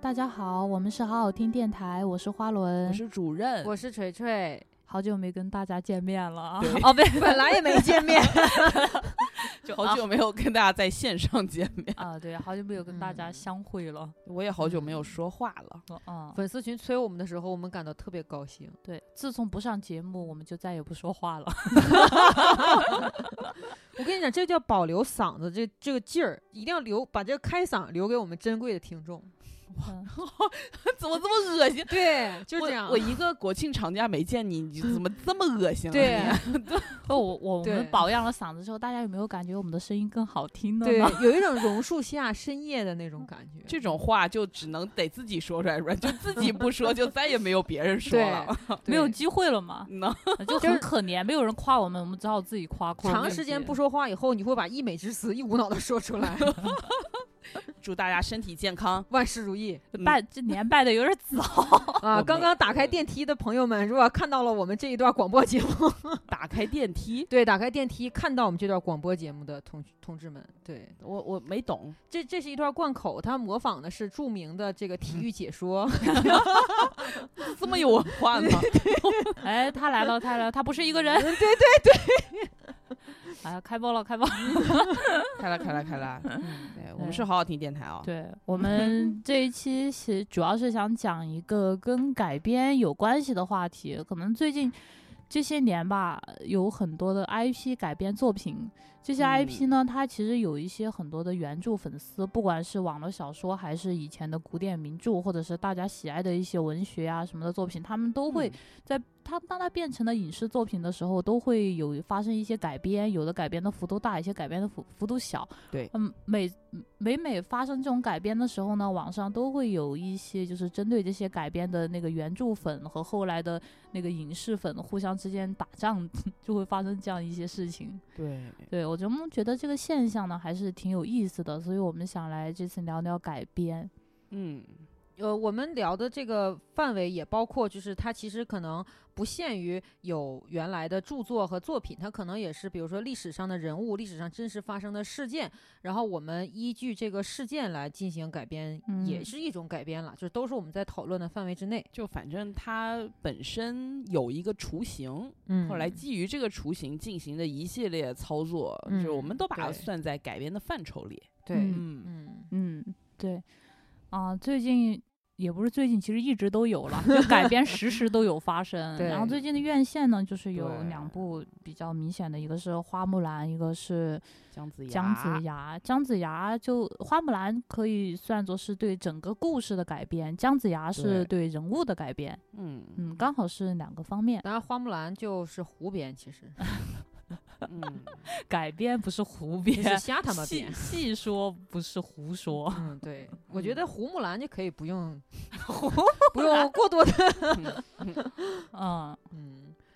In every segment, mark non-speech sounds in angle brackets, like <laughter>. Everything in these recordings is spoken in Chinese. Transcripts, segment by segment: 大家好，我们是好好听电台，我是花轮我，是主任，我是锤锤，好久没跟大家见面了啊！对哦， <laughs> 对，本来也没见 <laughs> 面，就好久没有跟大家在线上见面， <laughs> 啊，对，好久没有跟大家嗯相会了。 <laughs> 我也好久没有说话了。啊，粉丝群催我们的时候，我们感到特别高兴。对，自从不上节目，我们就再也不说话了。我跟你讲，这叫保留嗓子这这个劲儿，一定要留，把这个开嗓留给我们珍贵的听众。 <laughs> 嗯怎么这么恶心？对， <laughs> 就我这样。我一个国庆长假没见你，你怎么这么恶心、啊？ <laughs> 对你 <laughs> 哦，我我对们保养了嗓子之后，大家有没有感觉我们的声音更好听了 <laughs> 对呢？，有一种榕树下深夜的那种感觉。这种话就只能得自己说出来，不然就自己不说，就再也没有别人说对了。， <laughs> 没有对机会了 <laughs> 嘛，那就就是很可怜，没有人夸我们，我们只好自己夸。夸长自时己间不说话以后，你会把溢美之词一股脑的说出 <laughs> 来。祝大家身体健康，万事如 <laughs> 意嗯拜这年拜的有点早， <laughs> 啊！我刚没刚打开电梯的朋友们，如果看到了我们这一段广播节目，打开电梯。对，打开电梯看到我们这段广播节目的同同志们，对，我我没懂，这这是一段贯口，它模仿的是著名的这个体育解说，嗯这么有文化吗？哎，他来了，他来了，他不是一个人。嗯对对 <laughs> 哎呀，开播了，开播了。 <laughs> 开了开了开 <laughs> 了，嗯对我们是好好听电台哦。对我们这一期是主要是想讲一个跟改编有关系的话题，可能最近。这些年吧，有很多的 IP 改编作品。这些 IP 呢，它其实有一些很多的原著粉丝，不管是网络小说，还是以前的古典名著，或者是大家喜爱的一些文学啊什么的作品，他们都会嗯在它当它变成了影视作品的时候，都会有发生一些改编，有的改编的幅度大，一些改编的幅幅度小。对嗯，每每每发生这种改编的时候呢，网上都会有一些就是针对这些改编的那个原著粉和后来的那个影视粉互相之间打仗， <laughs> 就会发生这样一些事情。对，对我就觉得这个现象呢还是挺有意思的，所以我们想来这次聊聊改编。嗯， <laughs> 呃，我们聊的这个范围也包括，就是它其实可能不限于有原来的著作和作品，它可能也是比如说历史上的人物、历史上真实发生的事件，然后我们依据这个事件来进行改编，也嗯是一种改编了，就是都是我们在讨论的范围之内。就反正它本身有一个雏形，嗯后来基于这个雏形进行的一系列操作，就是我们都把它嗯对算在改编的范畴里。对，嗯嗯，嗯嗯，对，啊、最近也不是最近，其实一直都有了，就改编时时都有发 <laughs> 生。然后对最近的院线呢，就是有对两部比较明显的，一个是《花木兰》，一个是姜子牙，姜子牙。姜子牙就《花木兰》可以算作是对整个故事的改编，姜子牙是对人物的改编，嗯嗯，刚好是两个方面， <laughs> 当然，花木兰就是湖边，其实嗯，改编不是胡你是编。瞎他妈细编。细说不是胡 <laughs> 说，嗯，对，我觉嗯得胡木兰就可以不用不用过多的，嗯嗯，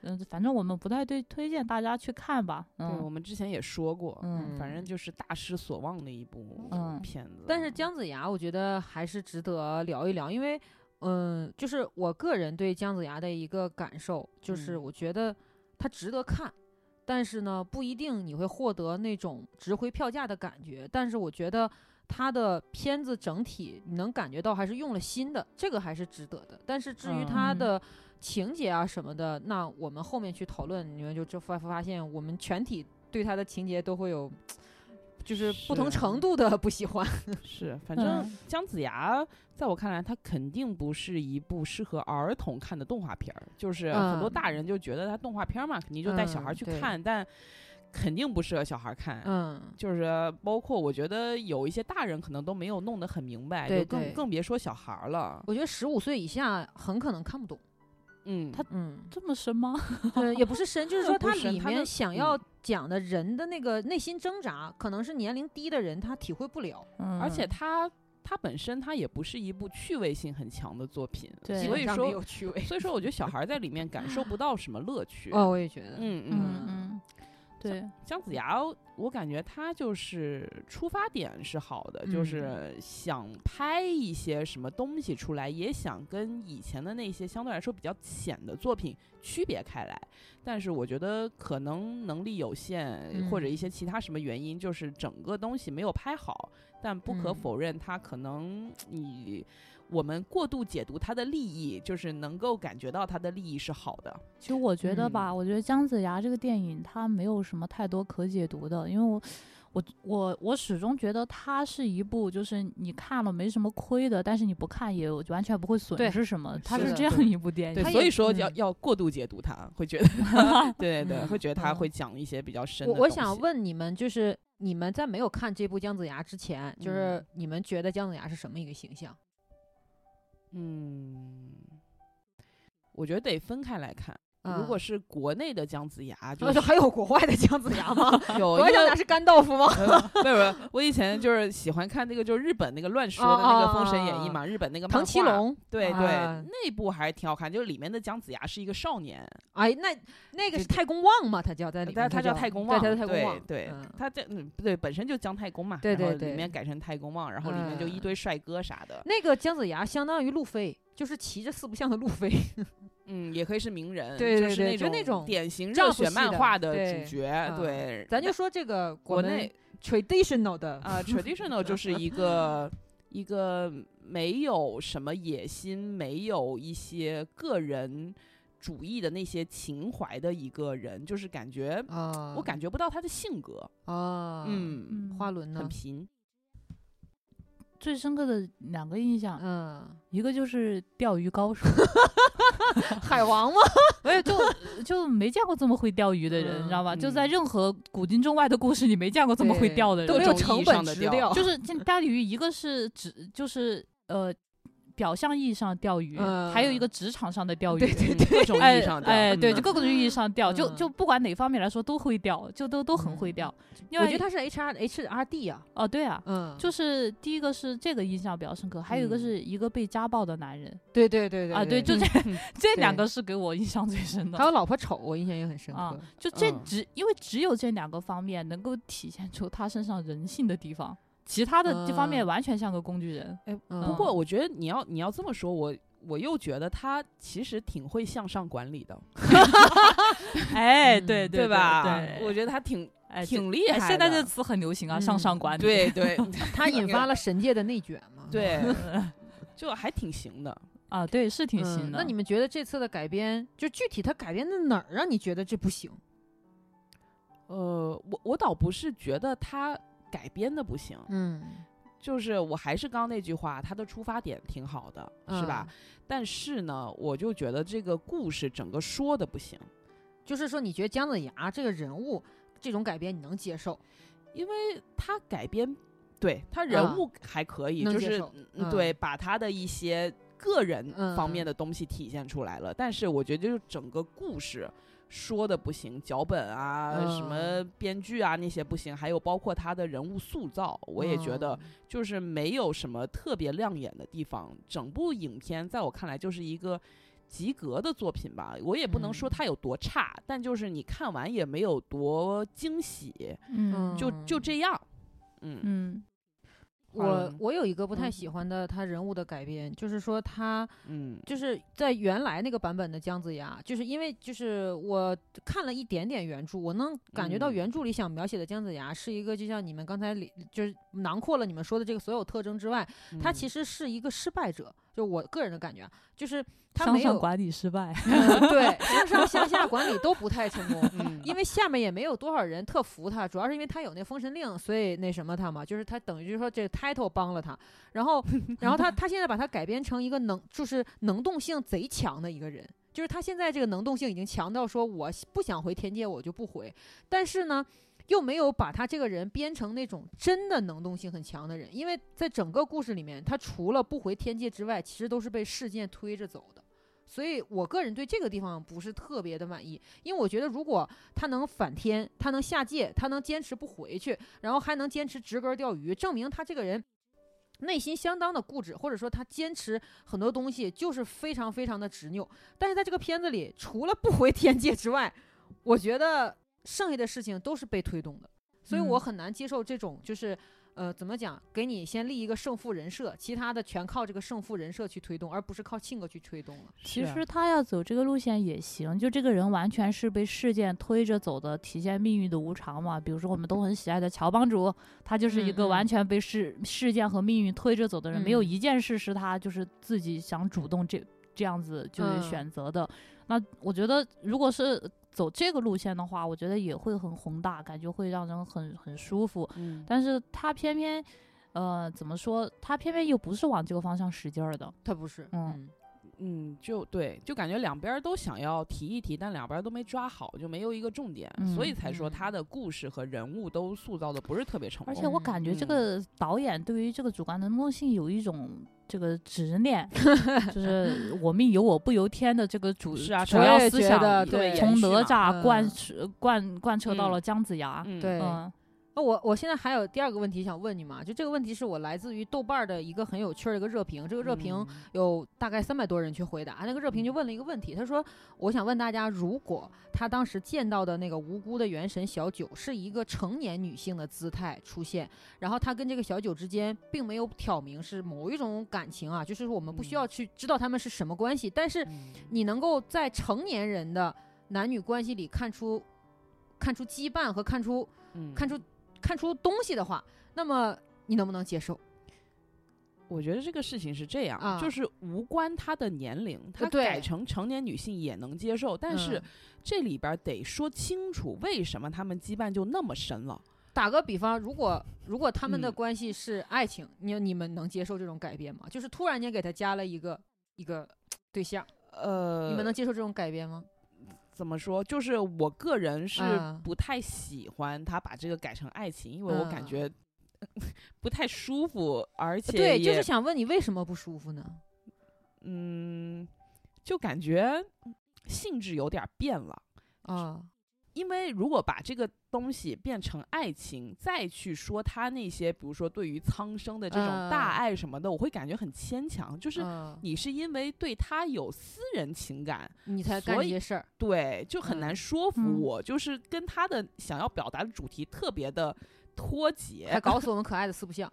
嗯，反正我们不太对推荐大家去看吧，对，嗯我们之前也说过，嗯反正就是大失所望的一部嗯片子。但是姜子牙，我觉得还是值得聊一聊，因为，嗯，就是我个人对姜子牙的一个感受，就是嗯我觉得他值得看，但是呢，不一定你会获得那种值回票价的感觉。但是我觉得他的片子整体你能感觉到还是用了心的，这个还是值得的。但是至于他嗯的情节啊什么的，那我们后面去讨论，你们就就发发现我们全体对他的情节都会有。就是不同是程度的不喜欢，是，反正嗯姜子牙在我看来，它肯定不是一部适合儿童看的动画片儿。就是很多嗯大人就觉得它动画片儿嘛，肯定就带小孩儿嗯去对看，但肯定不适合小孩儿看。嗯，就是包括我觉得有一些大人可能都没有弄得很明白，对就更对更别说小孩儿了。我觉得十五岁以下很可能看不懂。嗯，他嗯，这么深吗？对，也不是 <laughs> 深，就是说不它深里它的面想要嗯讲的人的那个内心挣扎，可能是年龄低的人他体会不了。嗯 <laughs> 而且他他本身他也不是一部趣味性很强的作品，对基所本以上没说有趣 <laughs> 味。所以说我觉得小孩儿在里面感受不到什么乐趣。哦，我也觉得，嗯嗯，嗯嗯，对，姜子牙，我感觉他就是出发点是好的，就嗯是想拍一些什么东西出来，也想跟以前的那些相对来说比较浅的作品区别开来。但是我觉得可能能力有限，或者一嗯些其他什么原因，就是整个东西没有拍好。但不可嗯否认，他可能你我们过度解读它的利益，就是能够感觉到它的利益是好的。其实我觉得嗯吧，我觉得《姜子牙》这个电影它没有什么太多可解读的，因为我。我我我始终觉得它是一部，就是你看了没什么亏的，但是你不看也完全不会对损失什么。它是是的这样对一部电对影，，它所也以说要、嗯要过度解读它，会 <laughs> 觉得，对对，嗯会觉得它嗯会讲一些比较深的我东我西。想问你们，就是你们在没有看这部《姜子牙》之前，就是嗯你们觉得姜子牙是什么一个形象？嗯，我觉得得分开来看。如嗯果是国内的姜子牙，就那是就 <laughs> 还有国外的姜子牙吗？ <laughs> 有国因外为姜子牙是干豆腐吗？呃不是不是，我以前就是喜欢看那个，就是日本那个乱说的那个《封哦神演义》嘛，日本那个唐漫奇画，龙，对对，啊那部还挺好看，就是里面的姜子牙是一个少年，哎，那那个这是太公望嘛？他叫在呃里面，但是他叫叫太公望，对，对他叫太公望，对嗯，他这嗯不对，本身就姜太公嘛，对然后对对里面改成太公望，然后里面就一嗯堆帅哥啥的，那个姜子牙相当于路飞，就是骑着四不像的路飞， <laughs> 嗯，也可以是名人，对对就是对就那种种典型热丈血夫系漫的画的对主角，嗯对，咱就说这个国们内 traditional 的，啊、t r a d i t i o n a l 就是一个一个没有什么野心，没有一些个人主义的那些情怀的一个人，就是感觉、啊，我感觉不到他的性格，啊，，嗯，嗯花轮很呢？平，最深刻的两个印象，嗯，一个就是钓鱼高手， <laughs> 海王吗？我也就就没见过这么会钓鱼的人，你知道吧？就在嗯任何古今中外的故事里，没见过这么会对钓的人，都没各有种意成义本上的值钓掉， <laughs> 就是这钓鱼，一个是指就是呃表象意义上的钓鱼，嗯还有一个职场上的钓鱼。对对嗯各种意哎义上的，哎，对，就嗯各种意义上钓，就嗯就不管哪方面来说都会钓，就都都很会钓。另我外觉一得他是 H R H R D 呀，哦，对啊，嗯，就是第一个是这个印象比较深刻，还有一个嗯是一个被家暴的男人对对对对啊，对，就对这这两对个是给我印象最深的还。有老婆丑，我印象也很深啊刻。，就这嗯只、因为只有这两个方面能够体现出他身上人性的地方，其他的这方面嗯完全像个工具人。不不过我觉得你要你要这么说，我我又觉得他其实挺会向上管理的，哎，嗯对对吧？对，我觉得他挺哎这挺厉哎害的。现在这词很流行啊，向上 <laughs> 嗯管理。对对 <laughs> 他引发了神界的内卷嘛？ <laughs> <laughs> 对，就还挺行的。啊，对，是挺嗯新的。那你们觉得这次的改编，就具体它改编的哪儿让啊你觉得这不行？呃，我我倒不是觉得他改编的不行，嗯，就是我还是刚刚那句话，他的出发点挺好的，是吧？嗯但是呢，我就觉得这个故事整个说的不行，就是说，你觉得姜子牙这个人物这种改编你能接受？因为他改编，对他啊人物还可以，能就接是受嗯对把他的一些个人方面嗯的东西体现出来了，但是我觉得就是整个故事。说的不行，脚本啊，什么嗯编剧啊那些不行，还有包括他的人物塑造，我也觉嗯嗯得就是没有什么特别亮眼的地方。整部影片在我看来就是一个及格的作品吧，我也不能说嗯它有多差，但就是你看完也没有多惊喜，嗯嗯就就这样。嗯，嗯花我轮我有一个不太嗯喜欢的他人物的改编，就是说他嗯就是在原来那个版本的姜子牙，就是因为就是我看了一点点原著，我能感觉到嗯原著里想描写的姜子牙是一个，就像你们刚才里就是囊括了你们说的这个所有特征之外，他其实实是一个失败者。就我个人的感觉啊，就是他向没上有管理失败。嗯 <laughs> 对向上向下管理都不太成功，嗯 <laughs> 因为下面也没有多少人特服他，主要是因为他有那封神令，所以那什么他嘛，就是他等于就是说这 title 帮了他，然后然后他他现在把他改编成一个能就是能动性贼强的一个人，就是他现在这个能动性已经强到说我不想回天界我就不回，但是呢。又没有把他这个人编成那种真的能动性很强的人，因为在整个故事里面，他除了不回天界之外，其实都是被事件推着走的。所以我个人对这个地方不是特别的满意，因为我觉得如果他能反天，他能下界，他能坚持不回去，然后还能坚持直根儿钓鱼，证明他这个人内心相当的固执，或者说他坚持很多东西就是非常非常的执拗。但是在这个片子里，除了不回天界之外，我觉得剩下的事情都是被推动的，所以我嗯很难接受这种就是。呃，怎么讲？给你先立一个胜负人设，其他的全靠这个胜负人设去推动，而不是靠性格去推动了。 <laughs> 其啊实他要走这个路线也行，就这个人完全是被事件推着走的，体现命运的无常嘛。比如说我们都很喜爱的乔帮主，他就是一嗯个嗯完全被事、事件和命运推着走的人，没有嗯一件事是他就是自己想主动这这样子就是嗯选择的。那我觉得，如果是走这个路线的话，我觉得也会很宏大，感觉会让人很很舒服。嗯，但是他偏偏，呃，怎么说？他偏偏又不是往这个方向使劲儿的。他不是， <laughs> 嗯嗯，就对，就感觉两边儿都想要提一提，但两边儿都没抓好，就没有一个重点，所以嗯才说他嗯的故事和人物都塑造的不是特别成功。而且我嗯感觉这嗯个导演对于这个主观能动性有一种这个执念，就是我命由我不由天的这个主是啊主我要也思觉想得，对延从续哪嘛吒贯嗯彻贯贯彻到嗯了姜子牙。嗯对嗯那我我现在还有第二个问题想问你嘛，就这个问题是我来自于豆瓣儿的一个很有趣儿的一个热评，嗯这个热评有大概三百多人去回答，那个热评就问了一个问题，他说：“我想问大家，如果他当时见到的那个无辜的元神小九是一个成年女性的姿态出现，然后他跟这个小九之间并没有挑明是某一种感情啊，就是我们不需要去知道他们是什么关系，但是嗯你能够在成年人的男女关系里看出看出羁绊和看出嗯看出看出东西的话，那么你能不能接受？我觉得这个事情是这样，啊呃就是无关她的年龄，她对改成成年女性也能接受，但是嗯这里边儿得说清楚为什么他们羁绊就那么深了。打个比方，如果如果他们的嗯关系是爱情，你你们能接受这种改变吗？就是突然间给他加了一个一个对象，呃，你们能接受这种改变吗？怎么说？就是我个人是啊不太喜欢他把这个改成爱情，因为我感嗯呃觉 <laughs> 不太舒服，而且对，就也是想问你为什么不舒服呢？嗯，就感觉性质有点儿变了。啊，因为如果把这个东西变成爱情，再去说他那些，比如说对于苍生的这种大嗯爱什么的，我会感觉很牵强。就是啊你是因为对他有私人情感，你才干所这以 <laughs> 些事儿，对，就很难嗯说服嗯我，就是跟他的想要表达的主题特别的脱还节搞死我们可爱的四不像。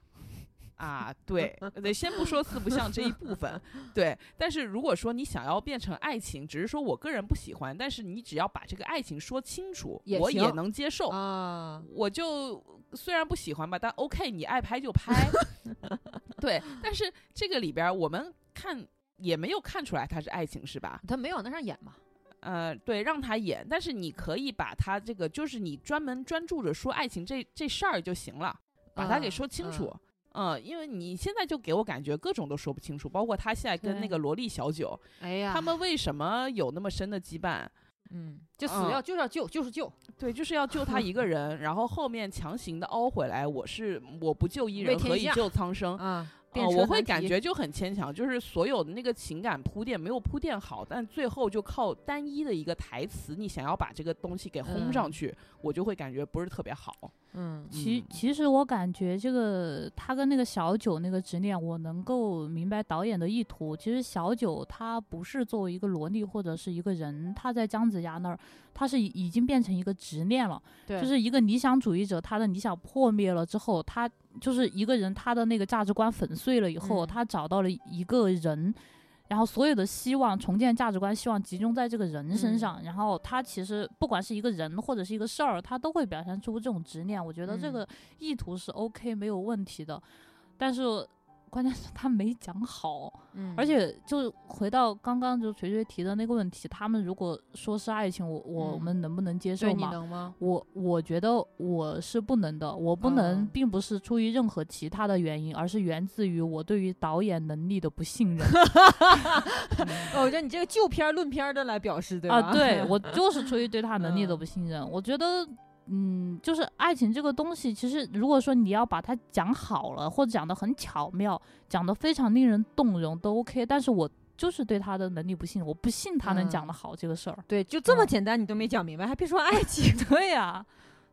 啊。 <laughs> 对，对，先不说四不像这一部分，对。但是如果说你想要变成爱情，只是说我个人不喜欢，但是你只要把这个爱情说清楚，也我也行能接受。啊，我就虽然不喜欢吧，但 OK，你爱 <laughs> 拍就拍。对，但是这个里边儿我们看也没有看出来它是爱情，是吧？他没往那上演嘛？呃，对，让他演，但是你可以把他这个，就是你专门专注着说爱情这这事儿就行了，把它给啊说清楚啊。嗯、因为你现在就给我感觉各种都说不清楚，包括他现在跟那对个萝莉小九，哎呀，他们为什么有那么深的羁绊？嗯，就死嗯要就是要救，就是救，对，就是要救他一 <laughs> 个人，然后后面强行的凹回来，我是我不救一为人，天何以下救苍生？啊，哦，电车我会难感题觉就很牵强，就是所有的那个情感铺垫没有铺垫好，但最后就靠单一的一个台词，你想要把这个东西给轰上嗯去，我就会感觉不是特别好。嗯其嗯其实我感觉这个他跟那个小九那个执念，我能够明白导演的意图。其实小九他不是作为一个萝莉或者是一个人，他在姜子牙那儿，他是已已经变成一个执念了，对，就是一个理想主义者，他的理想破灭了之后，他就是一个人，他的那个价值观粉碎了以后，嗯他找到了一个人。然后所有的希望重建价值观，希望集中在这个人嗯身上。然后他其实不管是一个人或者是一个事儿，他都会表现出这种执念。我觉得这嗯个意图是 OK 没有问题的，但是关键是他没讲好。嗯而且就回到刚刚就锤锤提的那个问题，他们如果说是爱情，我我嗯们能不能接受对你嘛？能吗？我我觉得我是不能的，我不能嗯并不是出于任何其他的原因，而是源自于我对于导演能力的不信任哦，我觉得你这个旧片儿论片儿的来表示，对吧？啊！对我就是出于对他能力的嗯不信任。我觉得，嗯，就是爱情这个东西，其实如果说你要把它讲好了，或者讲得很巧妙，讲得非常令人动容，都 OK。但是我就是对他的能力不信任，我不信他能讲得嗯好这个事儿。 <laughs> 对，就这么嗯简单，你都没讲明白，还别说爱情。 <laughs> 对呀、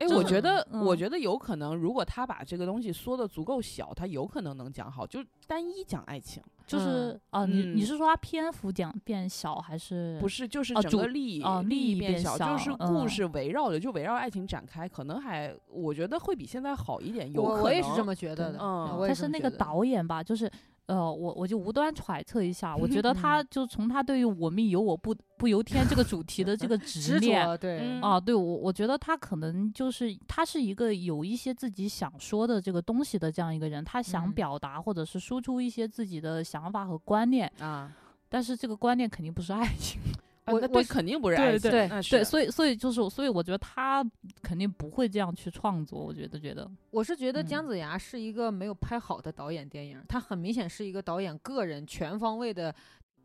哎，这我种觉得，我嗯觉得有可能，如果他把这个东西缩的足够小，他有可能能讲好，就单一讲爱情，就是嗯啊、你你嗯是说它篇幅讲变小还是不是，就是哦整主个利益哦利利益益变变小，小就是故嗯事围绕着就围绕爱情展开，可能还我觉得会比现在好一点，有可我能。我也是这么觉得的，嗯我但也这是么那觉个得导演吧，就是呃，我我就无端揣测一下，嗯我觉得他就从他对于“我命由我不不由天”这个主题的这个执执念。着，对，嗯啊，对我，我觉得他可能就是他是一个有一些自己想说的这个东西的这样一个人，他想嗯表达或者是输出一些自己的想法和观念，啊，但是这个观念肯定不是爱情。啊我那我对是肯定不是对爱对情，对那对，是所以所以就是，所以我觉得他肯定不会这样去创作。我觉得觉得，我是觉得姜嗯子牙是一个没有拍好的导演电影，他很明显是一个导演个人全方位的，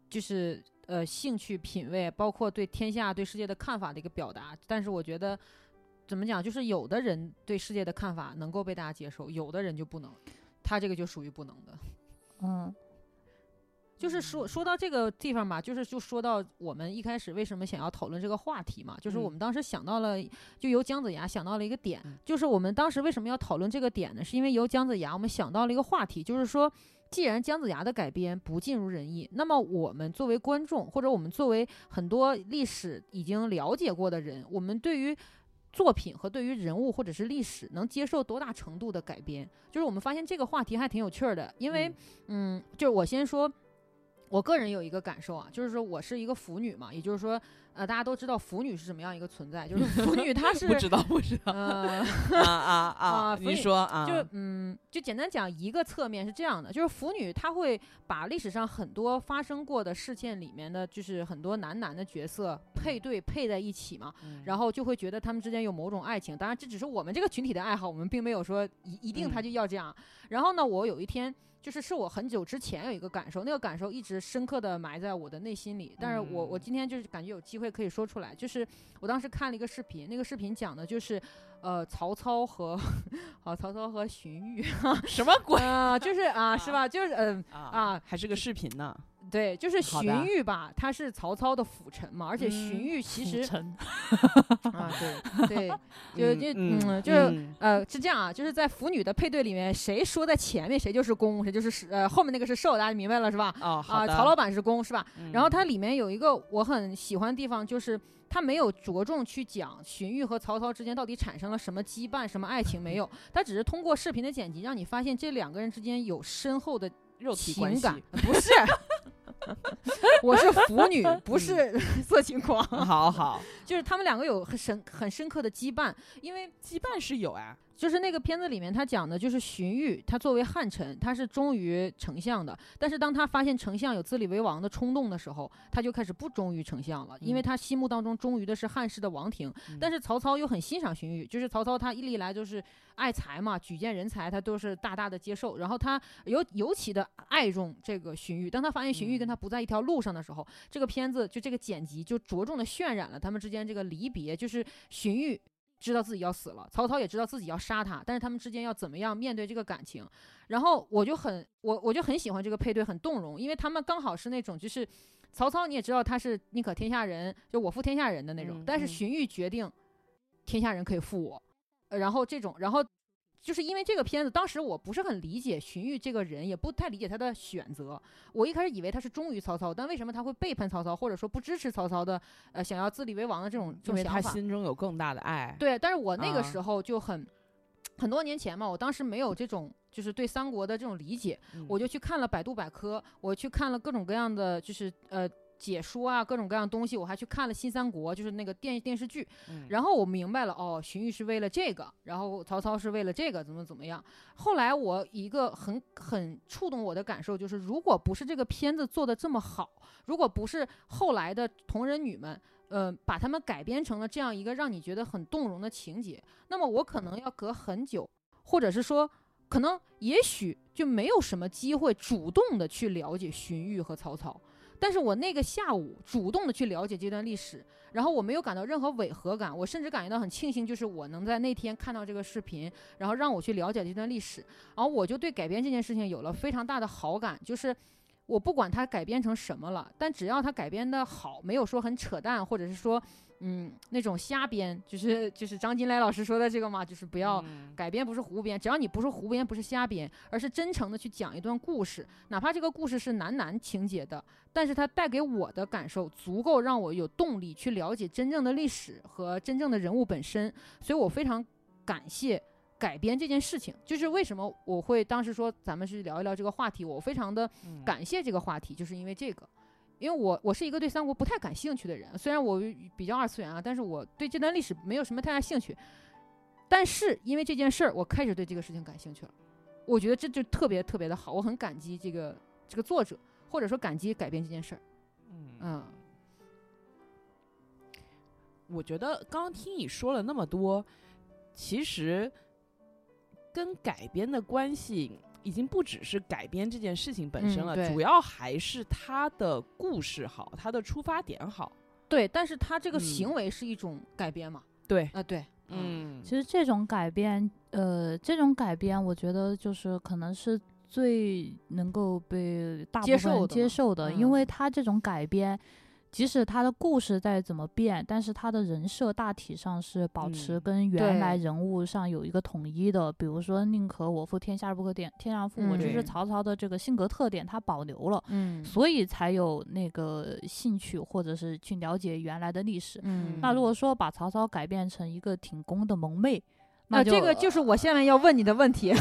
就是呃兴趣品味，包括对天下、对世界的看法的一个表达。但是我觉得。怎么讲？就是有的人对世界的看法能够被大家接受，有的人就不能，他这个就属于不能的。嗯就是嗯说说到这个地方吧，就是就说到我们一开始为什么想要讨论这个话题嘛，就是我嗯们当时想到了，就由姜子牙想到了一个点嗯，就是我们当时为什么要讨论这个点呢？是因为由姜子牙我们想到了一个话题，就是说。既然姜子牙的改编不尽如人意，那么我们作为观众，或者我们作为很多历史已经了解过的人，我们对于作品和对于人物或者是历史能接受多大程度的改编，就是我们发现这个话题还挺有趣儿的，因为、嗯嗯，就是我先说，我个人有一个感受啊，就是说我是一个腐女嘛，也就是说，呃，大家都知道腐女是什么样一个存在，就是腐女她是 <laughs> 不知道不知道 <laughs> 呃，啊啊啊啊！所你以说啊，就是嗯，就简单讲一个侧面是这样的，就是腐女她会把历史上很多发生过的事件里面的，就是很多男男的角色配对配在一起嘛，嗯然后就会觉得他们之间有某种爱情。当然，这只是我们这个群体的爱好，我们并没有说一一定他嗯就要这样。然后呢，我有一天就是是我很久之前有一个感受，那个感受一直深刻的埋在我的内心里。但是我我嗯今天就是感觉有机会可以说出来，就是我当时看了一个视频，那个视频讲的就是。呃，曹操和啊，曹操和荀彧什么鬼啊、就是啊，是嗯啊吧？就是嗯、啊还是个视频呢？对，就是好荀的彧吧，他是曹操的辅臣嘛，而且荀嗯彧其浮实、沉啊，对对，就就嗯，就是嗯呃，是这样啊，就是在腐女的配对里面，谁说在前面，谁就是公，谁就是呃后面那个是受，大家明白了是吧？哦，啊、好的。曹老板是公是吧？嗯，然后它里面有一个我很喜欢的地方，就是它没有着重去讲荀彧和曹操之间到底产生了什么羁绊、什么爱 <laughs> 情，没有，它只是通过视频的剪辑，让你发现这两个人之间有深厚的肉体关情系感， <laughs> 不是。我是腐 <laughs> 女，嗯不是 <laughs> 色情狂，好好，就是他们两个有很深很深刻的羁绊，因为羁绊是有啊，就是那个片子里面，他讲的就是荀彧，他作为汉臣，他是忠于丞相的。但是当他发现丞相有自立为王的冲动的时候，他就开始不忠于丞相了，因为嗯他心目当中忠于的是汉室的王庭。但是是曹操又很欣赏荀彧，就是曹操他一历来就是爱才嘛，举荐人才，他都是大大的接受。然后他尤尤其的爱用这个荀彧。当他发现荀彧跟他不在一条路上的时候，这个片子就这个剪辑就着重的渲染了他们之间这个离别，就是荀彧。知道自己要死了，曹操也知道自己要杀他，但是他们之间要怎么样面对这个感情？然后我就很我我就很喜欢这个配对，很动容，因为他们刚好是那种就是曹操，你也知道他是宁可天下人，就我负天下人的那种，嗯但是嗯荀彧决定天下人可以负我，呃然后这种，然后就是因为这个片子，当时我不是很理解荀彧这个人，也不太理解他的选择。我一开始以为他是忠于曹操，但为什么他会背叛曹操，或者说不支持曹操的呃想要自立为王的这种嗯这因种为想他法？心中有更大的爱，对，但是我那啊个时候就很、很多年前嘛，我当时没有这种就是对三国的这种理解，嗯，我就去看了百度百科，我去看了各种各样的就是呃解说啊，各种各样的东西，我还去看了《新三国》，就是那个电电视剧。嗯然后我明白了，哦，荀彧是为了这个，然后曹操是为了这个，怎么怎么样。后来我一个很很触动我的感受就是，如果不是这个片子做的这么好，如果不是后来的同人女们。呃，把他们改编成了这样一个让你觉得很动容的情节，那么我可能要隔很久，或者是说，可能也许就没有什么机会主动的去了解荀彧和曹操。但是我那个下午主动的去了解这段历史，然后我没有感到任何违和感，我甚至感觉到很庆幸，就是我能在那天看到这个视频，然后让我去了解这段历史，然后我就对改编这件事情有了非常大的好感，就是。我不管它改编成什么了，但只要它改编的好，没有说很扯淡，或者是说，嗯，那种瞎编，就是就是张金来老师说的这个嘛，就是不要、嗯改编不是胡编，只要你不是胡编，不是瞎编，而是真诚的去讲一段故事，哪怕这个故事是男男情节的，但是它带给我的感受足够让我有动力去了解真正的历史和真正的人物本身，所以我非常感谢改编这件事情。就是为什么我会当时说咱们去聊一聊这个话题，我非常的嗯感谢这个话题，就是因为这个。因为我我是一个对三国不太感兴趣的人，虽然我比较二次元啊，但是我对这段历史没有什么太大兴趣。但是因为这件事儿，我开始对这个事情感兴趣了。我觉得这就特别特别的好，我很感激这个这个作者，或者说感激改编这件事儿。嗯，嗯我觉得刚刚听你说了那么多，其实跟改编的关系已经不只是改编这件事情本身嗯了，对主要还是它的故事好，它的出发点好。对，但是他这个嗯行为是一种改编嘛？对，啊、对，嗯，其实这种改编，呃，这种改编，我觉得就是可能是最能够被大部接分受人的接嘛受的，嗯因为它这种改编，即使它的故事再怎么变，但是它的人设大体上是保持嗯跟原来对人物上有一个统一的，比如说宁可我负天下不可点天下负我，就嗯是曹操的这个性格特点，他保留了。嗯所以才有那个兴趣，或者是去了解原来的历史。嗯，那如果说把曹操改变成一个挺攻的萌妹，那啊就、这个 <laughs> 就是我下面要问你的问题。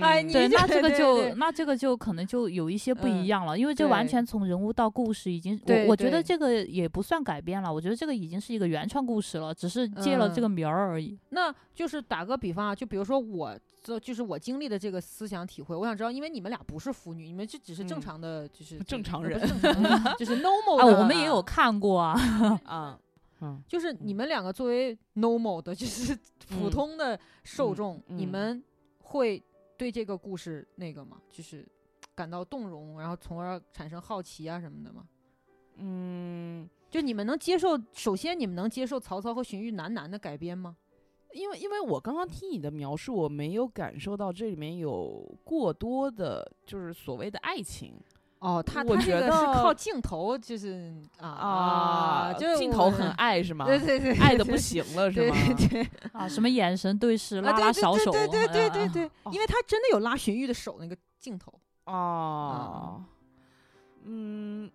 哎，你对，那就这个对就对那这个就可能就有一些不嗯一样了，因为这完对全从人物到故事已经，对我我觉得对这个也不算改编了，我觉得这个已经是一个原创故事了，只是借了这嗯个名儿而已。 <laughs> <laughs> 那就是打个比方啊，就比如说我这就是我经历的这个思想体会，我想知道，因为你们俩不是腐女，你们这只是正嗯常的，就是呃正常不是人 <laughs> 正常人 <laughs> 就是 normal 啊，的我们也有看过啊， <laughs> 啊，嗯，就是你们两个作为 normal 的，就是普嗯通的受众，嗯你嗯们会对这个故事那个吗？就是感到动容，然后从而产生好奇啊什么的吗？嗯，就你们能接受？首先，你们能接受曹操和荀彧男男的改编吗？因为因为我刚刚听你的描述，我没有感受到这里面有过多的，就是所谓的爱情哦，他我他这觉个是得靠镜头，就是啊就是镜头我 <laughs> 很爱是吗？对对对，爱的不行了是对吗？对对，啊，什么眼神对视、啊拉拉小手，嗯对对对对对对哦对，因为他真的有拉荀彧的手那个镜头，哦，嗯，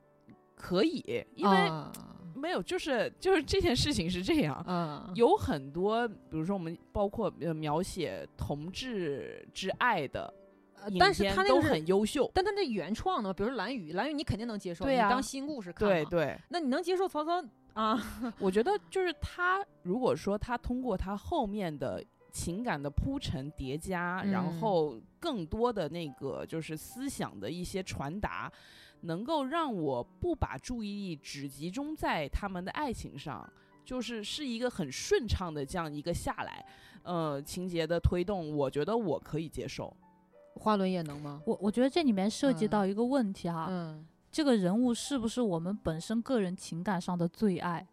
可以，因为啊没有，就是就是这件事情是这样，啊有很多，比如说我们包括呃描写同志之爱的呃影但是片他那都个是，很优秀，但他那原创呢，比如说蓝宇，蓝宇你肯定能接受，对你啊当新故事看，对， <laughs> 对，那你能接受曹操啊？ <laughs> 我觉得就是他，如果说他通过他后面的情感的铺陈叠加，嗯然后更多的那个就是思想的一些传达，能够让我不把注意力只集中在他们的爱情上。就是是一个很顺畅的这样一个下来，呃，情节的推动，我觉得我可以接受。花轮也能吗？我我觉得这里面涉及嗯到一个问题哈、嗯，这个人物是不是我们本身个人情感上的最爱？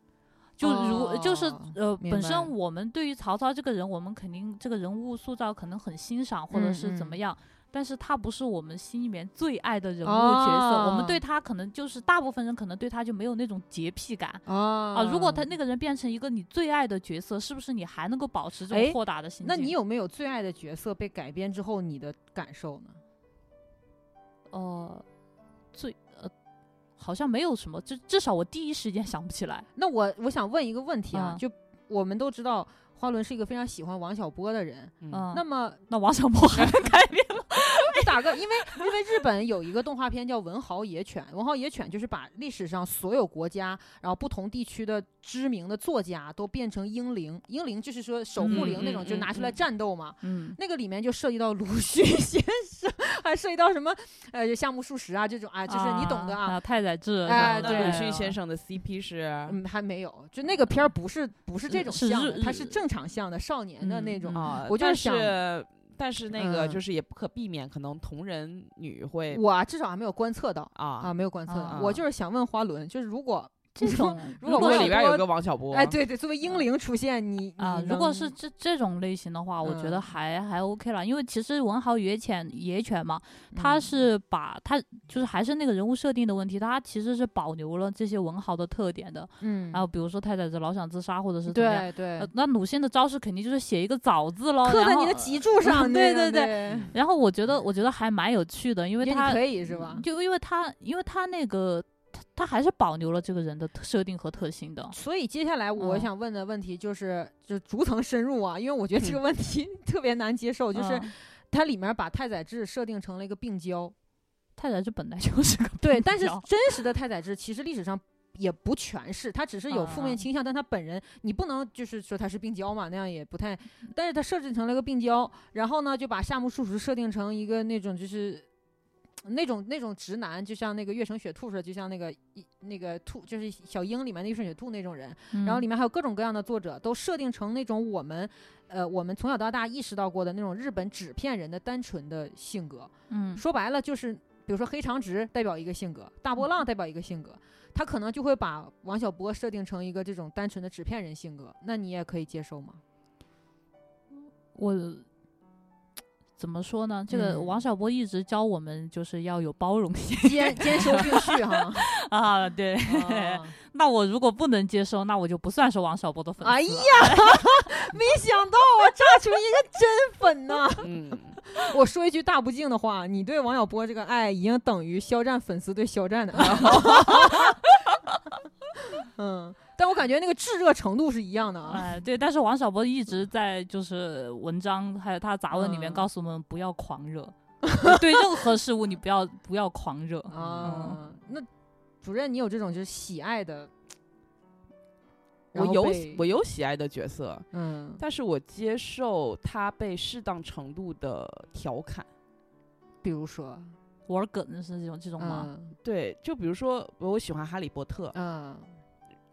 就如、就是哦呃，明本白身我们对于曹操这个人，我们肯定这个人物塑造可能很欣赏，或者嗯是怎嗯么样。但是他不是我们心里面最爱的人物角色，我哦们对他可能就是大部分人可能对他就没有那种洁癖感啊啊。啊如果他那个人变成一个你最爱的角色，是不是你还能够保持这哎种豁达的心境？那你有没有最爱的角色被改编之后你的感受呢？呃最呃好像没有什么，至至少我第一时间想不起来。那我我想问一个问题啊，嗯就我们都知道花轮是一个非常喜欢王小波的人，嗯嗯，那么那王小波 <laughs> 还没改变。打个，因为因为日本有一个动画片叫《文豪野犬》，《文豪野犬》就是把历史上所有国家，然后不同地区的知名的作家都变成英灵，英灵就是说守护灵那种，嗯嗯就拿出来嗯嗯战斗嘛。嗯，那个里面就涉及到鲁迅先生，还涉及到什么呃夏目漱石啊这种啊，就是你懂的啊。啊，太宰治，哎那鲁对迅啊先生的 CP 是，嗯，还没有，就那个片儿不是不是这种是像的，日它是正常像的少年的那种。嗯啊，我就但想是但是那个嗯就是也不可避免，可能同人女会我啊至少还没有观测到啊啊，没有观测到。啊我就是想问花轮，就是如果这种如果果王是小里边有波个王小波，哎，对 <laughs> 对，作为英灵出现，你嗯啊，你如果能是这这种类型的话，我觉得嗯还、还 OK 了，因为其实文豪野犬野犬嘛，他嗯是把他就是还是那个人物设定的问题，他其实是保留了这些文豪的特点的，嗯，然后比如说太宰治老想自杀或者是啊怎么样。对对呃，那鲁迅的招式肯定就是写一个早字喽，刻然在后你的脊柱上， <laughs> 对对对对对，然后我觉得，我觉得还蛮有趣的，因为因为他嗯你可以是吧？就因为他，因为他那个他他还是保留了这个人的特设定和特性的。所以接下来我嗯想问的问题就是，就是逐层深入啊，因为我觉得这个问题 <laughs> 特别难接受，就是嗯它里面把太宰治设定成了一个病娇，太宰治本来就是个 <laughs> 对，病但是娇真实的太宰治其实历史上。也不全是，他只是有负面嗯倾向，但他本人你不能就是说他是病娇嘛，那样也不太。但是他设置成了一个病娇，然后呢就把夏目漱石设定成一个那种就是那种那种直男，就像那个月城雪兔似的，就像那个一那个兔就是小樱里面那月城雪兔那种人，然嗯后里面还有各种各样的作者，都设定成那种我们，呃，我们从小到大意识到过的那种日本纸片人的单纯的性格。嗯说白了就是，比如说黑长直代表一个性格，大波浪代表一个性格，他可能就会把王小波设定成一个这种单纯的纸片人性格，那你也可以接受吗？我怎么说呢？这个嗯王小波一直教我们就是要有包容性兼兼收并蓄哈。 <laughs> 啊。对，啊那我如果不能接受，那我就不算是王小波的粉丝。哎呀，没想到啊，炸出一个真粉呐！ <laughs> 嗯，我说一句大不敬的话，你对王小波这个爱已经等于肖战粉丝对肖战的爱好。 <laughs> 嗯，但我感觉那个炙热程度是一样的啊。 <laughs> 哎，对，但是王小波一直在就是文章还有他的杂文里面嗯告诉我们不要狂热， <laughs> 对任何事物你不要不要狂 <laughs> 热。啊，那主任，你有这种就是喜爱的？我然后有被我有喜爱的角色，嗯，但是我接受他被适当程度的调侃。比如说，玩梗是这种这种吗？嗯对，就比如说我喜欢哈利波特，嗯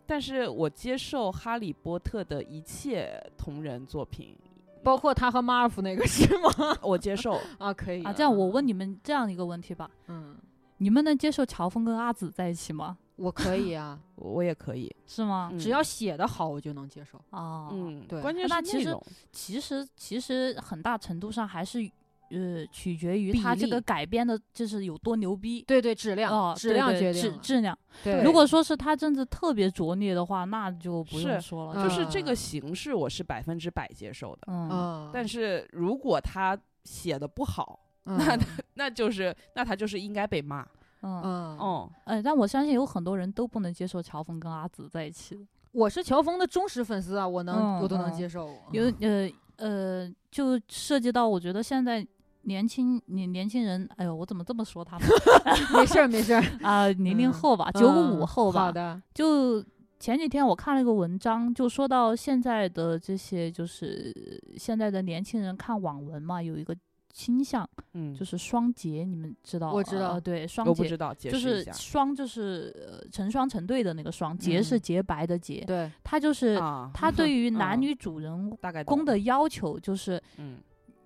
但是我接受哈利波特的一切同人作品，包括他和马尔福那个 <laughs> 是吗？我接受。啊，可以啊，这样我问，你们这样一个问题吧：嗯，你们能接受乔峰跟阿紫在一起吗？我可以啊，我我也可以，是吗？嗯只要写的好，我就能接受。啊，嗯，对关键那是其内实容其实其实很大程度上还是呃取决于他比这个例改编的，就是有多牛逼。对对，质量，哦，质对量对决质定了。质量。对，如果说是他真的特别拙劣的话，那就不用是说了。就是嗯这个形式，我是百分之百接受的。嗯，啊，但是如果他写的不好，那那就是那他就是应该被骂。嗯，嗯，哦，哎，但我相信有很多人都不能接受乔峰跟阿紫在一起，我是乔峰的忠实粉丝啊，我能嗯我都能嗯接受。有 <laughs> 嗯呃呃，就涉及到我觉得现在年轻年年轻人，哎呦，我怎么这么说他们没事儿没事儿，啊？零零嗯后吧，九五嗯后吧好，的，就前几天我看了一个文章，就说到现在的这些，就是现在的年轻人看网文嘛，有一个倾向嗯，就是双节，你们知道？我知道呃对，双我不节知道，解就释一是下。双，就是呃成双成对的那个双，洁是嗯洁白的洁，对，它就是啊，它对于男 <laughs> 嗯女主人大概懂公的要求就是嗯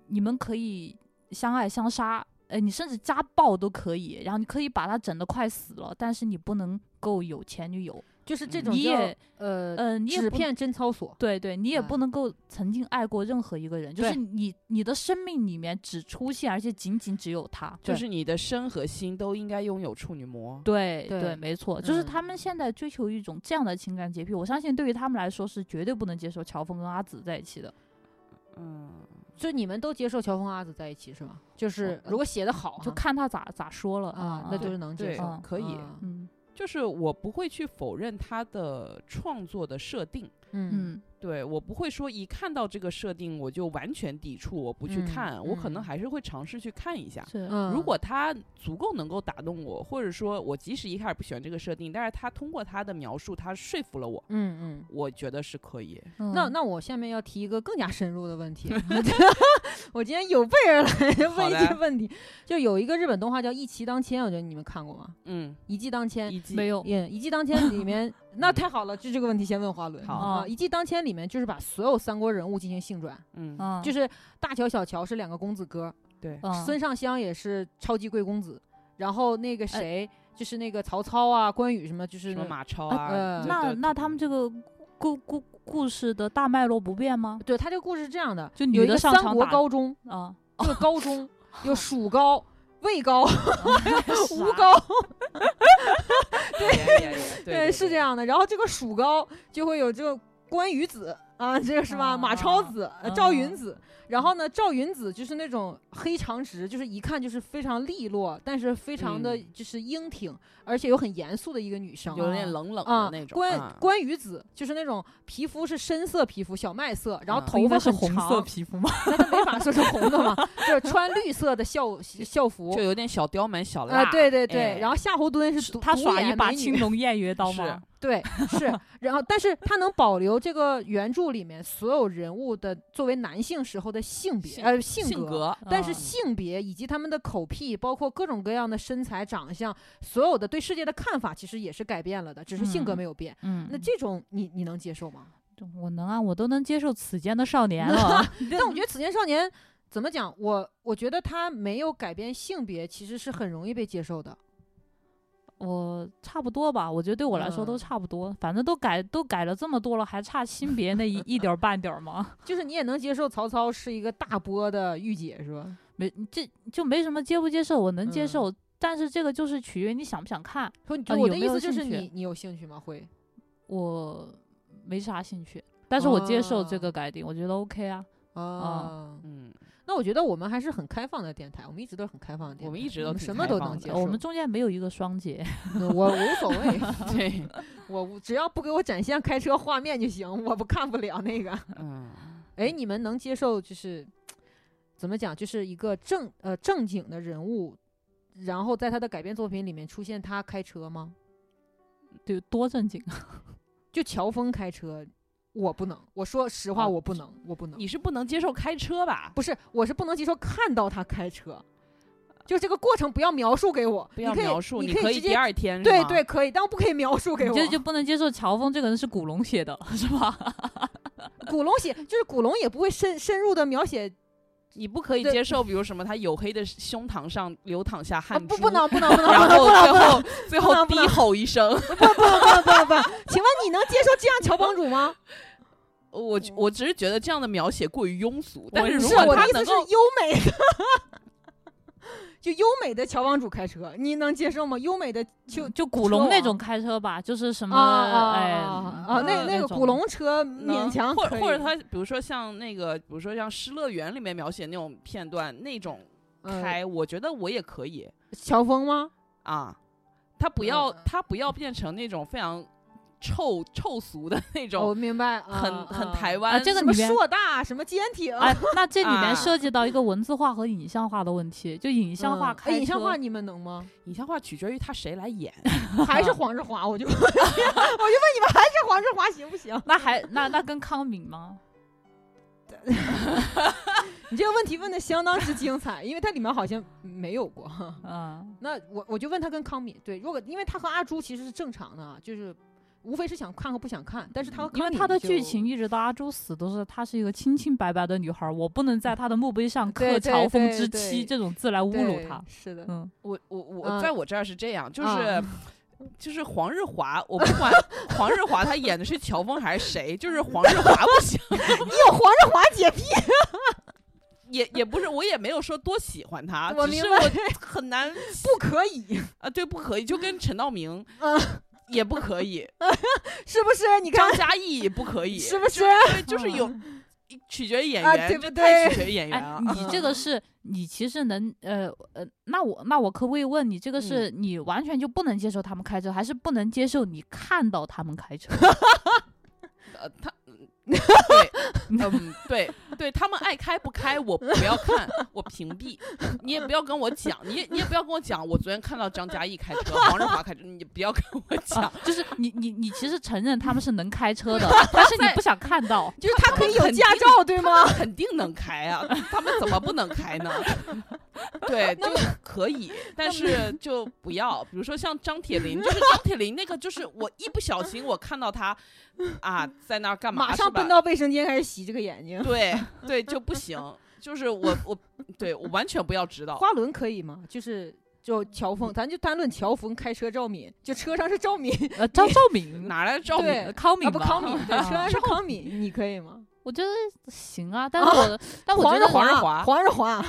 你们可以相爱相杀，呃，你甚至家暴都可以，然后你可以把他整的快死了，但是你不能够有前女友，就是这嗯种你叫也呃呃，你也纸不能片贞操所，对对，你也不嗯能够曾经爱过任何一个人，就是对你你的生命里面只出现，而且仅仅只有他。就对是你的身和心都应该拥有处女膜。对对没错，就是嗯他们现在追求一种这样的情感洁癖，我相信对于他们来说是绝对不能接受乔峰跟阿紫在一起的，嗯，就你们都接受乔峰阿紫在一起是吗？就是我如果写的好哈，就看他咋咋说了哦啊啊，，那就嗯是能接对受，嗯，可以，啊嗯就是我不会去否认他的创作的设定。嗯嗯对我不会说一看到这个设定我就完全抵触，我不去嗯看，我可能嗯还是会尝试去看一下。是嗯，如果他足够能够打动我，或者说我即使一开始不喜欢这个设定，但是他通过他的描述，他说服了我，嗯嗯。我觉得是可以。那嗯那我下面要提一个更加深入的问题， <laughs> <laughs> 我今天有备而来好问一的些问题，就有一个日本动画叫《一骑当千》，我觉得你们看过吗？嗯，一骑当千，一季没有也一骑当千里 <laughs> 面，那太好了，就这个问题先问花轮。好啊，一骑当千里面就是把所有三国人物进行性转，嗯，嗯就是大乔、小乔是两个公子哥，对，嗯呃孙尚香也是超级贵公子，然后那个谁，就是那个曹操啊、关羽什么，就是什么马超啊啊，呃对那对那他们这个故故故事的大脉络不变 <laughs> 吗？对他这个故事是这样的，就有女一的个上三场国打高中，啊，这个 <laughs> 高中有蜀高、魏高、吴啥高，也也也对 <laughs> 对是这。样的。然后这个蜀高就会有这个关羽子啊，这个是吧？马超子、呃赵啊云子。然后呢，赵云子就是那种黑长直，就是一看就是非常利落，但是非常的嗯就是英挺，而且又很严肃的一个女生。有点冷冷啊的那，种。关啊关羽子就是那种皮肤是深色皮肤，小麦色，然后啊头发是很红长色，皮肤吗？那他没法说是红的嘛，就是穿绿色的校校服就，有点小刁蛮、小啊、辣。对对对，哎然后夏侯惇是独他独耍眼一把美女青龙偃月刀吗？对，是，然后但是他能保留这个原著里面所有人物的作为男性时候的性别性呃性性格。但是嗯性别以及他们的口癖，包括各种各样的身材、长相，所有的对世界的看法，其实也是改变了的，只是性格嗯没有变。嗯，那这种你你能接受吗？我能啊，我都能接受此间的少年了。啊 <laughs> 但我觉得《此间少年》怎么讲，我我觉得他没有改变性别，其实是很容易被接受的。我差不多吧，我觉得对我来说都嗯差不多，反正都改都改了这么多了，还差性别那一一点儿半点儿吗？ <laughs> 就是你也能接受曹操是一个大波的御姐是吧？没这就没什么接不接受，我能接受，但是这个就是取决于你想不想看，说你呃就我有的没意有思就是兴趣你你有兴趣吗？会，我没啥兴趣，但是我接受这哦个改定，我觉得 OK 啊。啊，嗯，那我觉得我们还是很开放的电台，我们一直都是很开放的电台，我们一直我都们挺什么开都放能的接受。嗯我们中间没有一个双节，那我无 <laughs> 所谓，对， <laughs> 我无只要不给我展现开车画面就行，我不看不了那个。嗯，哎，你们能接受就是怎么讲，就是一个正呃正经的人物，然后在他的改编作品里面出现他开车吗？对，多正经啊！就乔峰开车，我不能。我说实话，哦我不能，我不能。你是不能接受开车吧？不是，我是不能接受看到他开车，就这个过程不要描述给我，不要你可以描述，你可以以直第接。二天是对吗对，，可以，但不可以描述给你我。这就不能接受乔峰这个人是古龙写的，是吧？ <laughs> 古龙写，就是古龙也不会深深入的描写，你不可以对接受，比如什么他黝黑的胸膛上流淌下啊、汗珠，不不能不能不能不然 <laughs> 能后不能最后最不后能不能低吼一声。不能不能不能。请问你能接受这样乔帮主吗？ <laughs> 我我只是觉得这样的描写过于庸俗，但我是也如是是果我的他意能思是够优美的，就优美的乔帮主开车，你能接受吗？优美的就。就古龙那王种开车吧，就是什么啊啊哎啊啊！那嗯那个古种龙车能勉强或可以或者他比如说像那个，比如说像《失乐园》里面描写那种片段那种呃开，我觉得我也可以乔峰吗？啊。他不要嗯他不要变成那种非常臭臭俗的那我种，明白，啊很很啊台啊湾这个什么里面硕大，什么坚挺，哎，那这里面啊涉及到一个文字化和影像化的问题，就影像化嗯开哎，车，影像化你们能吗？影像化取决于他谁来演。还是黄日华？我就 <laughs> 我就问你们，还是黄日华行不行？那还那那跟康敏吗？你这个问题问的相当之精彩，因为它里面好像没有过。嗯，那我我就问他跟康敏，对，如果因为他和阿朱其实是正常的啊，就是无非是想看和不想看，但是他和嗯因为康敏他的就剧情一直到阿朱死都是她是一个清清白白的女孩儿，我不能在她的墓碑上对刻“对乔峰对之对妻”这种字来侮辱对她。是的，嗯，我我我嗯在我这儿是这样，就是、 <laughs> 啊就是黄日华，我 <laughs> 不管黄日华他演的是乔峰还是谁，就是黄日华不行，你有黄日华洁癖，也也不是，我也没有说多喜欢他，我只明是白 <laughs> 我很难不可以，啊，对，不可以，就跟陈道明嗯， <laughs> 也不可 <laughs> 以，是不是？你看张嘉译也不可以，是不是？对，就是有取决于演啊员，对这不太对取决于演员哎了，。你这 <laughs> 个是你其实能呃呃，那我那我可不可以问你，这个是嗯你完全就不能接受他们开车，还是不能接受你看到他们开 <laughs> 车？呃，他，嗯对，嗯，对，对他们爱开不开，我不要看，我屏蔽。你也不要跟我讲，你也你也不要跟我讲，我昨天看到张嘉译开车，黄日华开车，你不要跟我讲啊。就是你你你其实承认他们是能开车 <laughs> 的，但是你不想看到。就是他可以有肯定驾照，对吗？肯定能开啊，他们怎么不能开呢？ <laughs> 对，就可以，但是就不要。比如说像张铁林，就是张铁林那个，就是我一不小心我看到他啊在那儿干嘛，马是上吧奔到卫生间开始洗这个眼哦睛。对对，就不行。就是我我对我完全不要知道， <laughs> 花轮可以吗？就是就乔峰，咱就单论乔峰开车赵敏，就车上是赵敏，呃，张兆敏，哪来的赵敏？对呃康敏啊不吧康敏，对，啊车上是康敏，你可以吗？我觉得行啊，但是我的，但我觉哦黄日得黄日华，华黄日华，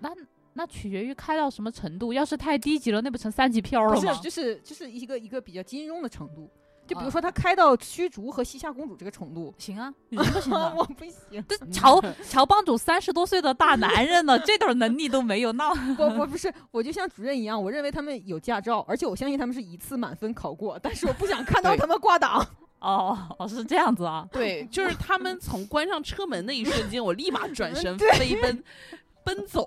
那那取决于开到什么程度，要是太低级了，那不成三级飘不了是吗，？就是就是一个一个比较金庸的程度，就比啊如说他开到虚竹和西夏公主这个程度，。<laughs> 行啊，你不行啊 <laughs> 我不行。这乔乔帮主三十多岁的大男人呢，这点能力都没有，那我我不是，我就像主任一样，我认为他们有驾照，而且我相信他们是一次满分考过，但是我不想看到对他们挂 <laughs> 档。哦哦是这样子 <laughs> 啊，对，就是他们从关上车门那一瞬间，我立马转身嗯对飞奔，奔走，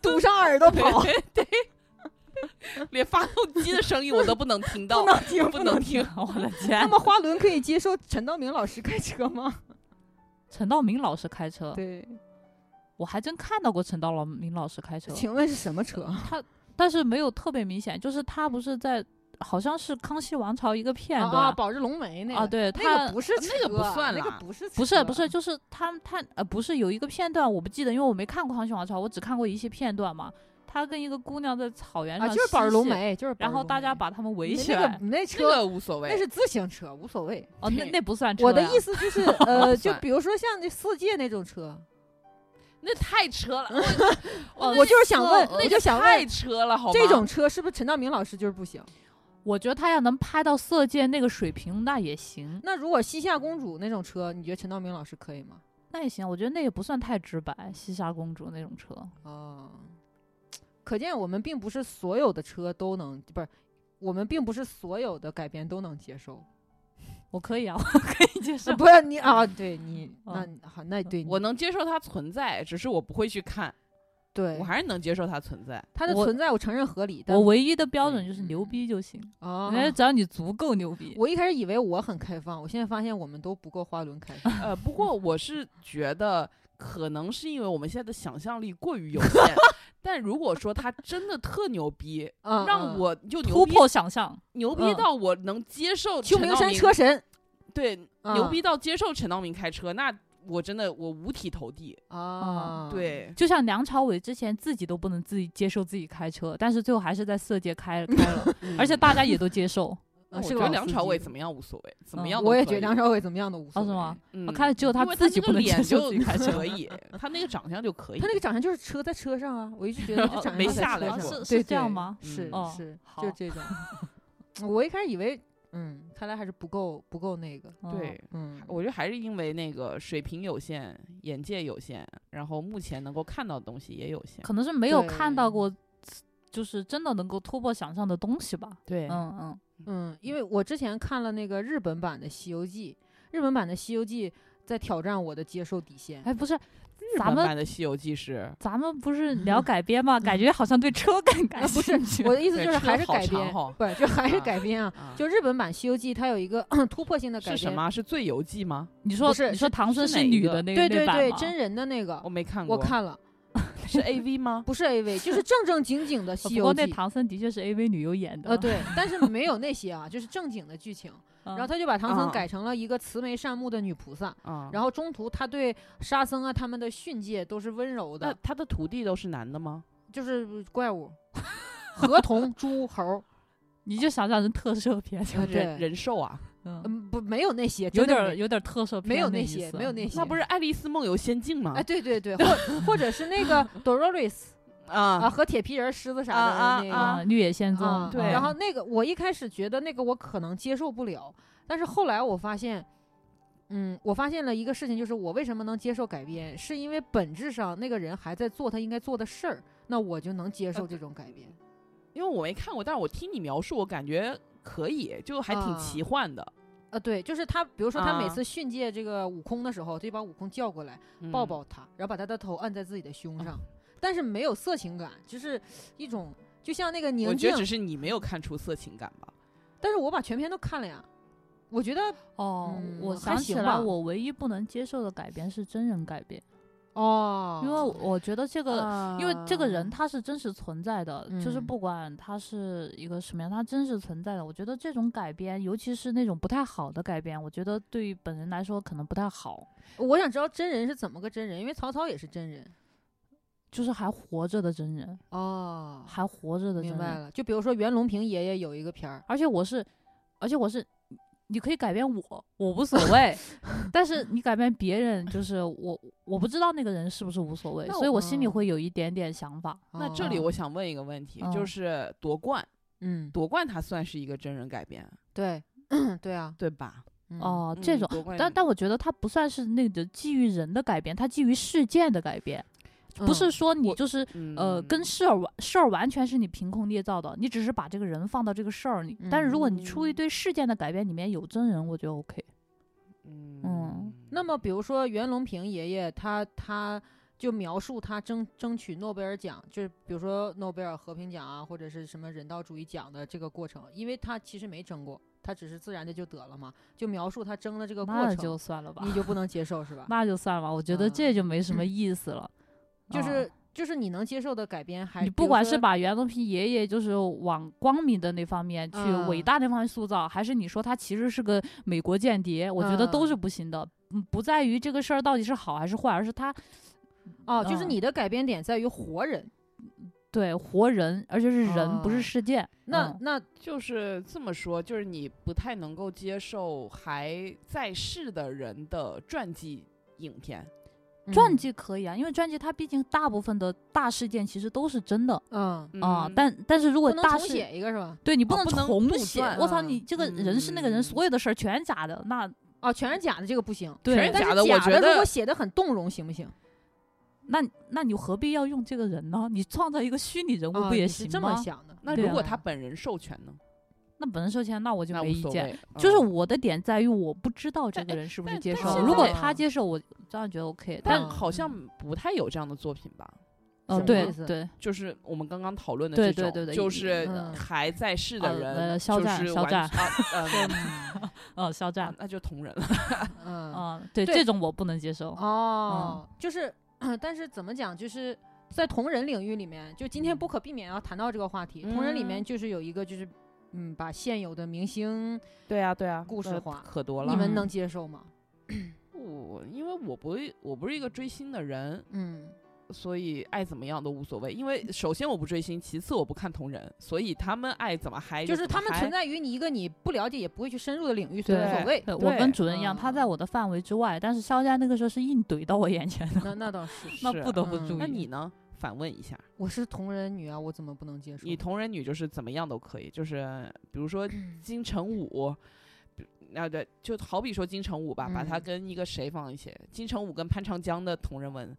堵上耳朵跑，对 <laughs> 对，连发动机的声音我都不能听到不，能听，不能能听。听。我的那天！么花轮可以接受陈道明老师开车吗？陈道明老师开车，对，我还真看到过陈道明老师开车，请问是什么车？啊他但是没有特别明显，就是他不是在好像是《康熙王朝》一个片段啊，宝日龙梅那个啊对那他个不是那个不车啊算啦那个不是不车是不是，，就是他们他呃不是有一个片段我不记得，因为我没看过《康熙王朝》，我只看过一些片段嘛。他跟一个姑娘在草原啊上就是宝日嬉龙戏，梅，就是然后大家把把他们围起那来个。那这车个无所谓，那是自行车，无所谓。哦，那那不算车呀。我的意思就是，呃， <laughs> 就算比如说像这四界那种车，那太车了，我嗯我就是想问，那我就想太问，车了，好吗？这种车是不是陈道明老师就是不行？我觉得他要能拍到《色戒》那个水平，那也行，那如果西夏公主那种车，你觉得陈道明老师可以吗？那也行。我觉得那也不算太直白，西夏公主那种车。哦，可见我们并不是所有的车都能，不是，我们并不是所有的改编都能接受。我可以啊， <laughs> 我可以接受呃啊、。不是你啊，对你，那嗯好，那对你，我能接受它存在，只是我不会去看，对我还是能接受它存在。它的我存在，我承认合理。但我唯一的标准嗯就是嗯牛逼就行，啊哦人，家只要你足够牛逼。我一开始以为我很开放，我现在发现我们都不够花轮开 <laughs> 放。呃，不过我是觉得，可能是因为我们现在的想象力过于有 <laughs> 限。但如果说它真的特牛逼，<laughs> <laughs> 嗯让我就突牛逼破想象，牛逼嗯到我能接受秋陈名道山明车神对嗯牛逼到接受陈道明开车，那我真的我五体投地。嗯啊，，对，就像梁朝伟之前自己都不能自己接受自己开车，但是最后还是在色戒开开了，而且大家也都接 <laughs> 受。那啊我觉是个得老梁司朝机伟怎么样无所谓，怎么嗯样都我也可觉得以梁朝伟怎么样都无所哦谓。是吗嗯我看来只有他因为自己那不个能脸接受就自己 <laughs> <laughs> 开车可以，他那个长相就可以。他那个长相就是车在车上啊，我一直觉得他 <laughs> 长相哦没就在下车来上过是是对这样对吗是嗯哦是，好就这种。 <laughs> 我一开始以为，嗯，看来还是不够不够那个，嗯，对，嗯，我觉得还是因为那个水平有限，眼界有限，然后目前能够看到的东西也有限。可能是没有看到对过，就是真的能够突破想象的东西吧。对嗯嗯，嗯，因为我之前看了那个日本版的《西游记》，日本版的《西游记》在挑战我的接受底 <laughs> 线。哎，不是，日咱本们版的《西游记》是咱们不是 <laughs> 聊改编吗？感觉好像对车更感啊不是兴趣。我的意思对就是车还是好改长编哦，不是就还是啊改编啊。啊，就日本版《西游记》，它有一个 <coughs> 突破性的改是编，什么啊？是《最游记》吗？你说不是你说是唐僧是是哪一女个的那对个对那版对，吗呃真人的那个我，没看过，我看了，是 A V <laughs> 吗？不是 A V，就是 <laughs> 正正经经的《哦西不游过记那》。唐僧的确是 AV 女优演的。呃，对，但是没有那些啊，就是正经的剧情。嗯，然后他就把唐僧啊改成了一个慈眉善目的女菩萨，啊，然后中途他对沙僧啊他们的训诫都是温柔那的，他的徒弟都是男的吗？就是怪物、 <laughs> 河童、猪、猴儿，你就想想人特摄片， <laughs> 就啊是人对人兽啊，嗯， <laughs> 嗯，不没有那些，有真的点儿没有点儿特摄片，没有那那意些，思没有那些，那不是《爱丽丝梦游仙境》吗哎，？对对 <laughs> 对，或或者是那个 Dolores 啊啊，和铁皮人、狮子啊啥的那个。啊，绿野仙踪啊，对嗯然后那个我一开始觉得那个我可能接受不了，但是后来我发现，嗯，我发现了一个事情，就是我为什么能接受改编，是因为本质上那个人还在做他应该做的事儿，那我就能接受这种改编。因为我没看过，但是我听你描述，我感觉可以，就还挺啊奇幻的。呃，对，就是他，比如说他每啊次训诫这个悟空的时候，就把悟空叫过来，嗯抱抱他，然后把他的头按在自己的胸啊上，但是没有色情感，就是一种就像那个我宁觉静得，只是你没有看出色情感吧？但是我把全片都看了呀，我觉得哦，嗯我还想起行来，吧我唯一不能接受的改编是真人改编，哦，因为我觉得这个，因为这个人啊他是真实存在的，就是嗯不管他是一个什么样，他真实存在的。我觉得这种改编，尤其是那种不太好的改编，我觉得对于本人来说可能不太好。我想知道真人是怎么个真人，因为曹操也是真人就是还活着的真人，哦，还活着的真明白人。了。就比如说袁隆平爷爷有一个片儿，而且我是，而且我是，你可以改变我，我无 <laughs> 所谓，但是你改变别人，就是我，我不知道那个人是不是无所谓，那所以我我心里嗯会有一点点想法。那这里哦我想问一个问题，嗯就是夺冠，嗯，夺冠它算是一个真人改编，对 <coughs> 对啊，对吧？嗯哦、这嗯种，夺冠但但我觉得它不算是那个基于人的改变，它基于事件的改变，不是嗯说你我就是。嗯呃，跟事儿完事儿完全是你凭空捏造的，你只是把这个人放到这个事儿里。但是如果你出于嗯对事件的改变，里面有真人，我觉得 OK。嗯嗯，那么，比如说袁隆平爷爷，他他就描述他争争取诺贝尔奖，就是比如说诺贝尔和平奖啊，或者是什么人道主义奖的这个过程，因为他其实没争过，他只是自然的就得了嘛，就描述他争的这个过那程，就算了吧你，就不能接受是 <laughs> 吧？那就算了吧，我觉得嗯这就没什么意思了。就嗯是就是你能接受的改编还，你比不如管是说把袁隆平爷爷就是往光明的那方面去、伟嗯大那方面塑造，还是你说他其实是个美国间谍，我觉得都嗯是不行的。嗯，不在于这个事儿到底是好还是坏，而是他哦，就是嗯你的改编点在于活人，对活人，而且是人，不是哦事件。那、嗯那就是这么说，就是你不太能够接受还在世的人的传记影片。传嗯记可以啊，因为传记它毕竟大部分的大事件其实都是真的嗯，啊、嗯但但是如果不能大重事写一哦个是吧？对你不啊能不能重杜写，撰我操，啊你这个人是那个人，嗯所有的事儿全假的，那哦，全是假的，这个不行。对全是但假是的我觉如得果写的很动容，行不行？那那你何必要用这个人呢？你创造一个虚拟人物啊不你也是行这吗？么想的？那对如果啊他本人授权呢？那本人授签，那我就那没无意所见。谓。就是嗯我的点在于，我不知道这但个人是不是但接但受。现如果在他接受，我当然觉得 OK 但。但好像不太有这样的作品吧？呃，什么对意思对，就是我们刚刚讨论的对对这种，对对就是嗯还在世的呃人，呃肖战就是肖完战啊，嗯呃，肖啊战，那就同人了。嗯嗯，对，对这种我不能接受。嗯哦，就是， <clears throat> 但是怎么讲，就是在同人领域里面，就今天不可避免要谈到这个话题。同人里面嗯就是有一个就是，嗯，把现有的明星，对啊，对啊，故事那化可多了。你们嗯能接受吗？我因为我不会我不是一个追星的人，嗯，所以爱怎么样都无所谓。因为首先我不追星，其次我不看同人，所以他们爱哎怎么嗨就是他们存在在于你一个你不了解也不会去深入的领域，所以对无所谓。对我跟对主任一样，他嗯在我的范围之外，但是肖战那个时候是硬怼到我眼前的，那那倒是，那不得不嗯注意。那你呢？反问一下，我是同人女啊，我怎么不能接受？你同人女就是怎么样都可以，就是比如 <clears throat> 说金城武。比啊对，就好比说金城武吧，把他嗯跟一个谁放一起？金城武跟潘长江的同人文，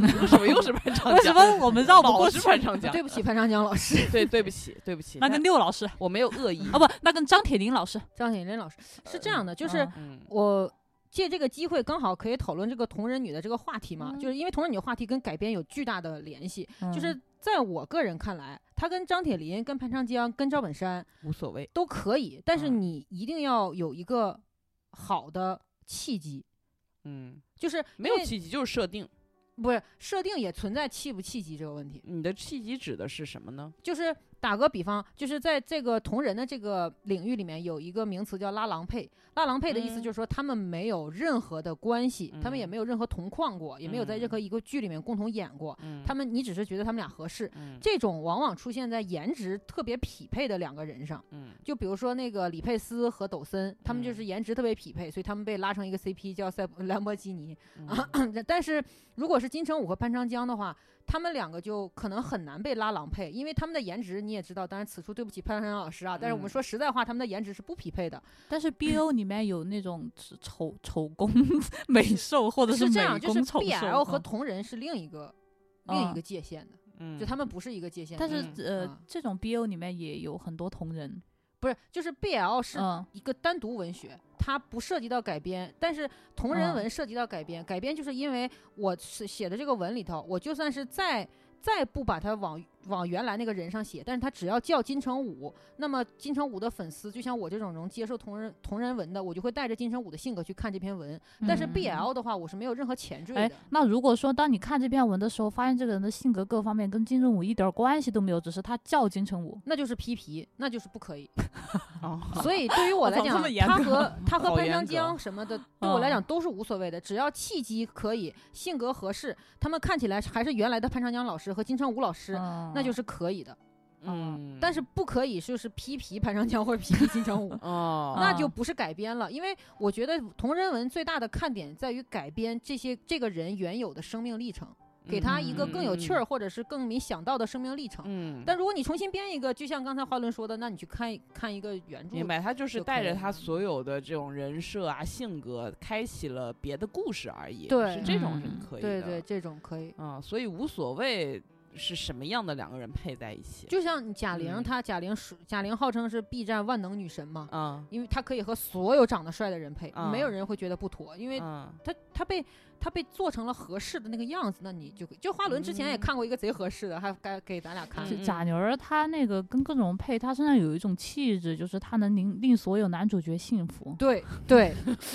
为什么又是潘嗯长江？为什么我们绕不老过是去？潘长江？对 <laughs> 不起，潘长江老 <laughs> 师，对对不起，对不起，那跟六老师我没有恶意啊，。不，那跟张铁林老师张铁林老师是 <laughs> 这样的，就是。嗯嗯，我借这个机会刚好可以讨论这个同人女的这个话题嘛，嗯就是因为同人女的话题跟改编有巨大的联系，就嗯是在我个人看来，她跟张铁林、跟潘长江、跟赵本山无所谓。都可以，但是嗯你一定要有一个好的契机，嗯，就是没因有为契机，就是设定。不是设定也存在契不契机这个问题，你的契机指的是什么呢？就是打个比方，就是在这个同人的这个领域里面，有一个名词叫拉郎配。拉郎配的意思嗯就是说，他们没有任何的关系，他们也嗯没有任何同框过，也没有在任嗯何一个剧里面共同演过。嗯，他们，你只是觉得他们俩合适。嗯这种往往出现在颜值特别匹配的两个人上，嗯就比如说那个李佩斯和抖森，他们就嗯是颜值特别匹配，所以他们被拉成一个 CP 叫赛博兰博基尼。嗯 <clears throat> 但是如果是金城武和潘长江的话，他们两个就可能很难被拉郎配，因为他们的颜值你也知道。当然，此处对不起潘长江老师啊，但是我们嗯说实在话，他们的颜值是不匹配的。但是 BO 里面有那种丑丑丑攻 <laughs> 美兽，或者是这美样，就是工丑 BL 兽和嗯同人是另一个、另啊一个界限的，嗯就他们不是一个界限的但东是西。呃，嗯这种 BO 里面也有很多同人，不是，就是 BL 是嗯一个单独文学，它不涉及到改编，但是同人嗯文涉及到改编。改编就是因为我是写的这个文里头，我就算是再再不把它往往原来那个人上写，但是他只要叫金城武，那么金城武的粉丝就像我这种能接受同人同人文的，我就会带着金城武的性格去看这篇文。但是嗯 BL 的话，我是没有任何前缀哎的。，那如果说当你看这篇文的时候，发现这个人的性格各方面跟金城武一点儿关系都没有，只是他叫金城武，那就是批皮，那就是不可以。哦， <laughs> 所以对于我来我操这讲么，严他格 <laughs> 和他和好潘严长格嗯江什么的，对我来讲都是无所谓的，只要契机可以，性格合适，他们看起来还是原来的潘长江老师和金城武老师，嗯那就是是可以的。嗯，，但是不可以就是批皮潘长江或者批皮金城武 <laughs> 哦，那就不是改编了。因为我觉得同人文最大的看点在于改编这些这个人原有的生命历程，给他一个更有趣儿或者是更没想到的生命历程。嗯，嗯，但如果你重新编一个，就像刚才花轮说的，那你去看一看一个原著明白，他就是就带可以着他了所有的这种人设啊、性格，开启了别的故事而已。对是这种是嗯可以的。对对，这种可以。嗯，所以无所谓是什么样的两个人配在一起。就像贾嗯玲，她贾玲属贾玲号称是 B 站万能女神嘛，嗯因为她可以和所有长得帅的人配，啊没有人会觉得不妥，因为 <laughs> 嗯，她她被她被做成了合适的那个样子，那你就就花轮之前也嗯看过一个贼合适的，还该给咱俩看嗯。贾牛儿，他那个跟各种配，他身上有一种气质，就是他能令令所有男主角信服。 <laughs> 对 <laughs> 对，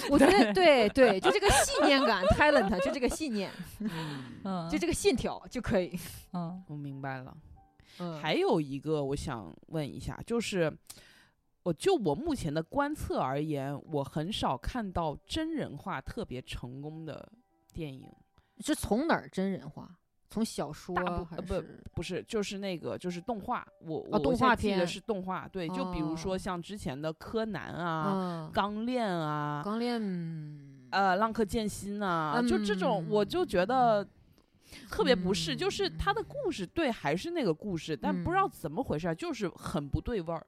我觉得对对，就这个信念感，talent，就这个信念，嗯嗯，就这个信条就 <laughs> 可以。嗯我明白了。嗯还有一个我想问一下，就是我就我目前的观测而言，我很少看到真人化特别成功的电影。是从哪儿真人化？从小说大部还呃不是？不是，就是那个，就是动画。我、我哦动我现画在记得片是动画，对，就比如说哦像之前的柯南啊、嗯，钢炼啊、钢炼。嗯呃浪客剑心啊，就这种，我就觉嗯得。特别不是，就是他的故事对，还是那个故事，但不知道嗯怎么回事儿，就是很不对味儿。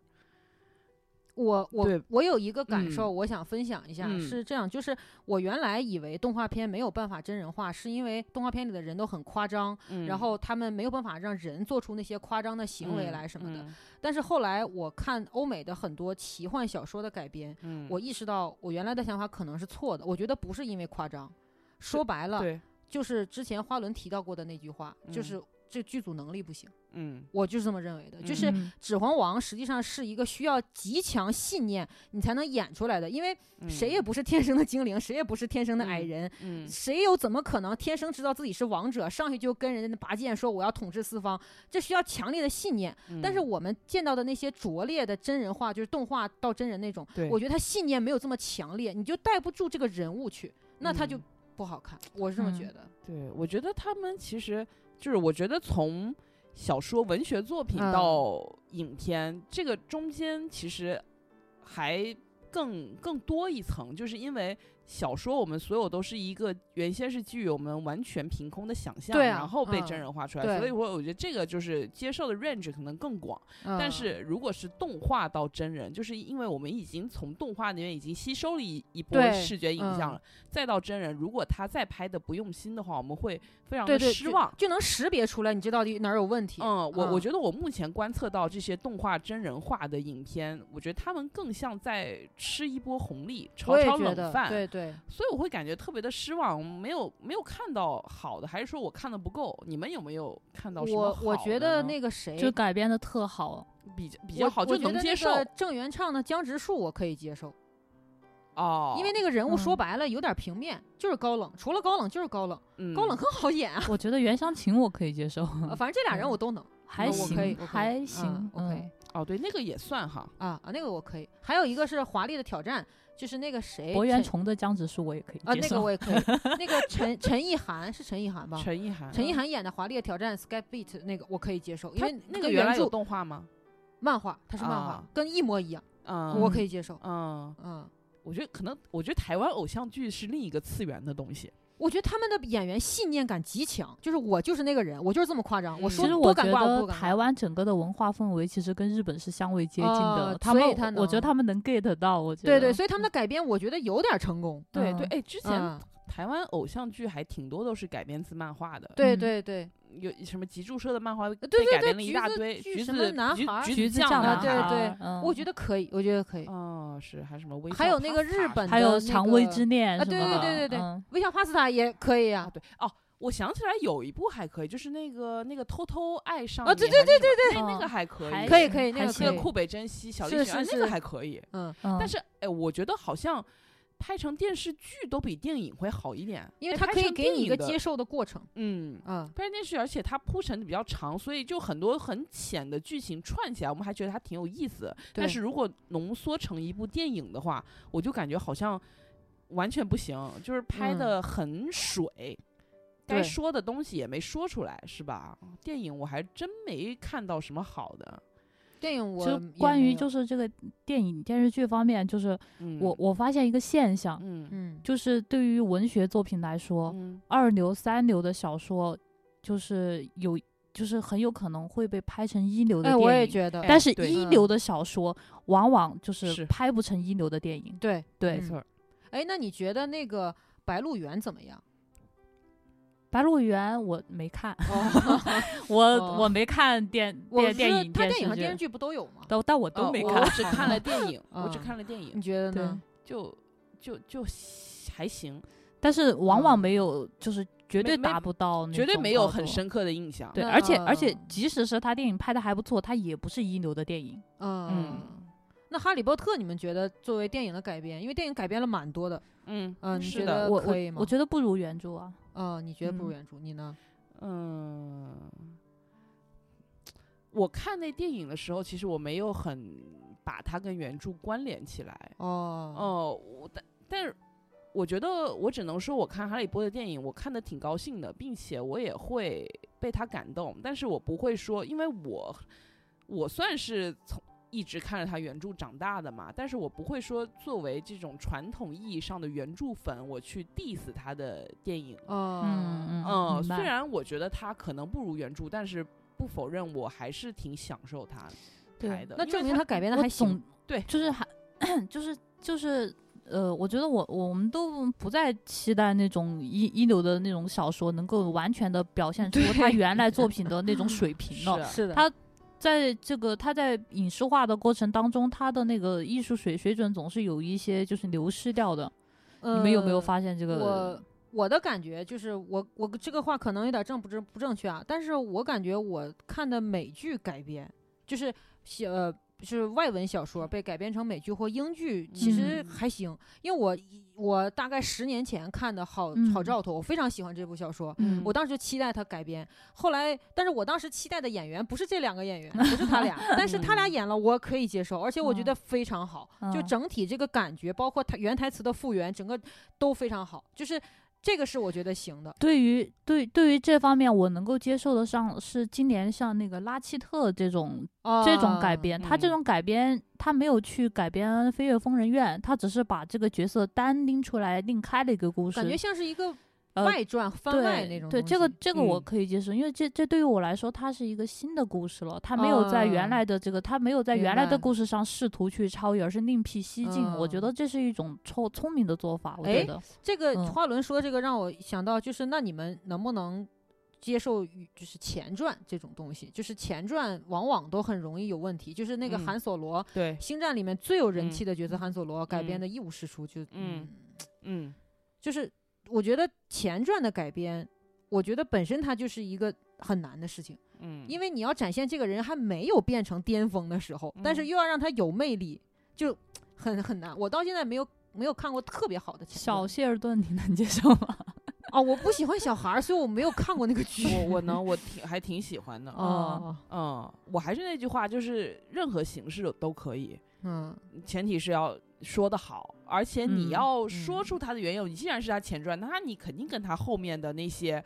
我对我我有一个感受，嗯我想分享一下，嗯是这样，就是我原来以为动画片没有办法真人化，是因为动画片里的人都很夸张，嗯然后他们没有办法让人做出那些夸张的行为嗯来什么的。，但是后来我看欧美的很多奇幻小说的改编，嗯，嗯我意识到我原来的想法可能是错的，我觉得不是因为夸张，说白了对，就是之前花轮提到过的那句话，就嗯是这剧组能力不行，嗯我就是这么认为的，就嗯是。《指环王》实际上是一个需要极强信念你才能演出来的，因为嗯谁也不是天生的精灵，谁也不是天生的矮嗯人，嗯谁有怎么可能天生知道自己是王者，上去就跟人家拔剑说我要统治四方？这需要强烈的信念。但是嗯我们见到的那些拙劣的真人化，就是动画到真人那种，对我觉得他信念没有这么强烈，你就带不住这个人物去，那他就嗯不好看。我是这么嗯觉得。对，我觉得他们其实就是，我觉得从小说文学作品嗯到影片，这个中间其实还更更多一层，就是因为小说我们所有都是一个原先是基于我们完全凭空的想象，对啊然后被真嗯人化出来，对所以我我觉得这个就是接受的 range 可能更广。但嗯是如果是动画到真人，就是因为我们已经从动画那边已经吸收了一一波对视觉影像嗯了，再到真人，如果他再拍的不用心的话，我们会非常对的对，失望。就就能识别出来你这到底哪儿有问题。嗯，我我嗯觉得我目前观测到这些动画真人化的影片，我觉得他们更像在吃一波红利，我炒也炒觉冷得，饭，对对，所以我会感觉特别的失望，没有没有看到好的，还是说我看的不够？你们有没有看到什么我我好的觉得呢那个谁，就改编的特好。比较比我较好，就我觉能得接那受个郑元畅的江直树我可以接受，哦，因为那个人物说嗯白了有点平面，就是高冷，除了高冷就是高冷，嗯高冷很好演啊。我觉得袁湘琴我可以接受，呃反正这俩嗯人我都能，还我可以行，我可以还嗯行，我可以哦，对，那个也算哈。啊啊，那个我可以。还有一个是《华丽的挑战》，就是那个谁，嗯。博元陈崇的江直树我也可以哎啊，接那个受。我也可以， <laughs> 那个陈陈意涵是陈意涵吧？陈意涵，陈意涵演的《华丽的挑战》Skype Beat 那个我可以接受，因他为那跟个原来有著动画吗？漫画，它是漫画啊，跟一模一样，嗯，我可以接受。嗯，嗯，我觉得可能，我觉得台湾偶像剧是另一个次元的东西。我觉得他们的演员信念感极强，就是我就是那个人，我就是这么夸张，嗯我其说实多我觉敢挂我得多敢台挂。湾整个的文化氛围其实跟日本是相位接近的呃，他所们以他我觉得能他们能 get 到，我觉对得对，所以他们的改编我觉得有点成功。对嗯对，哎，之前嗯，台湾偶像剧还挺多都是改编自漫画的，对嗯对对，有什么脊柱社的漫画对被对改对编了一橘大子堆，剧橘什么子男橘孩儿橘橘子酱酱男男对孩儿对孩嗯啊我觉得可以，我觉得可以。哦，是还有什么微笑还有那个 pasta 日什本么还的有那《蔷薇个之恋》啊什对么对的对对对嗯微笑帕斯塔也可以啊，啊，对哦，我想起来有一部还可以，就是那个那个偷偷爱上哦你对还是对什么对哎那那哦个还可以，还可以可以那还个行那个库北真希、小是栗是旬哎那是个还可以。嗯，嗯但是哎，我觉得好像拍成电视剧都比电影会好一点，因为哎它拍可以成给电你一影个的接受的过程，嗯。嗯，拍成电视剧，而且它铺陈的比较长，所以就很多很浅的剧情串起来，我们还觉得它挺有意思。对但是如果浓缩成一部电影的话，我就感觉好像完全不行，就是拍嗯的很水，该对说的东西也没说出来，是吧？电影我还真没看到什么好的。电影我就也关没于有就是这个电影电视剧方面，就是嗯，我我发现一个现象，嗯嗯就是对于文学作品来说，嗯二流、三流的小说，就是有就是很有可能会被拍成一流的哎电影。我也觉得哎但是对一嗯流的小说往往就是是拍不成一流的电影。对对，没嗯错儿，哎那你觉得那个白鹿原怎么 <laughs> 样？白鹿原》我没看， <laughs> 哦 <laughs> 我、哦我没看电 <laughs> 我电是电影它电影和视电视剧，剧不都有吗？但但我都哦没我看。只 <laughs> 看了电影，我只嗯看了电影你，觉得对呢？就就就还行，但是往往嗯没有，就是绝没对没达不到那种高度，绝对没有很深刻的印象。对，那而且而且嗯，即使是他电影拍的还不错，他也不是一流的电影。嗯，那《哈利波特》你们觉得作为电影的改编，因为电影改编了蛮多的，嗯嗯你觉是得的，我可以我吗我觉得不如原著啊。呃，你觉得不如嗯原著？你呢？嗯，我看那电影的时候，其实我没有很把它跟原著关联起来。嗯哦，哦，我但但是我觉得我只能说，我看哈利波特电影，我看的挺高兴的，并且我也会被他感动，但是我不会说，因为我我算是从。一直看着他原著长大的嘛，但是我不会说作为这种传统意义上的原著粉，我去 diss 他的电影。哦，嗯嗯，明白虽然我觉得它可能不如原著，但是不否认我还是挺享受它对拍的。那因证为明它他改编的我还行总。对就是还 <clears throat> 就是就是呃，我觉得我我们都不再期待那种一一流的那种小说能够完全的表现出他对原来作品的那种水平了。是啊是的，他在这个他在影视化的过程当中，他的那个艺术水水准总是有一些就是流失掉的。你你们有没有发现这个呃我？我的感觉就是我我这个话可能有点正不正不正确啊，但是我感觉我看的美剧改编就是写呃是外文小说被改编成美剧或英剧，其实嗯还行，因为我一我大概十年前看的好《好嗯兆头》，我非常喜欢这部小说。嗯我当时就期待他改编，后来，但是我当时期待的演员不是这两个 <laughs> 演员，不是他俩，但是他俩演了，我可以接受，而且我觉得非常好，就嗯整体这个感觉，包括他原台词的复原，整个都非常好，就是这个是我觉得行的。对于对对于这方面，我能够接受得上是今年像那个拉希特这种这种改啊，编，他这嗯种改编，他没有去改编《飞越疯人院》，他只是把这个角色单拎出来，另开了一个故事。感觉像是一个呃外传、番外那对种东对，西。这个这个我嗯可以接受，因为这这对于我来说，它是一个新的故事了，它没有在原啊来的这个，它没有在明原来白的故事上试图去超越，而是另辟蹊径。我觉嗯得这是一种聪聪明的做法，我哎觉得。这个嗯花轮说这个让我想到，就是那你们能不能接受与就是前传这种东西？就是前传往往都很容易有问题，就是那个嗯韩索罗。对，星战里面最有人嗯气的角色汉索罗改编嗯的一无是处，就嗯嗯，就是我觉得前传的改编，我觉得本身它就是一个很难的事情，嗯，因为为你要展现这个人还没有变成巅峰的时候，但是嗯又要让他有魅力，就很很难。我到现在没有。没有看过特别好的前小传谢尔顿，你能接受吗？哦，我不喜欢小孩儿，所以我没有看过那个 <laughs> 剧。我我能，我挺还挺喜欢的。哦，嗯，我还是那句话，就是任何形式都可以，嗯，前提是要说的好，而且你嗯要说嗯出它的缘由。你既然是它前传，那你肯定跟它后面的那些，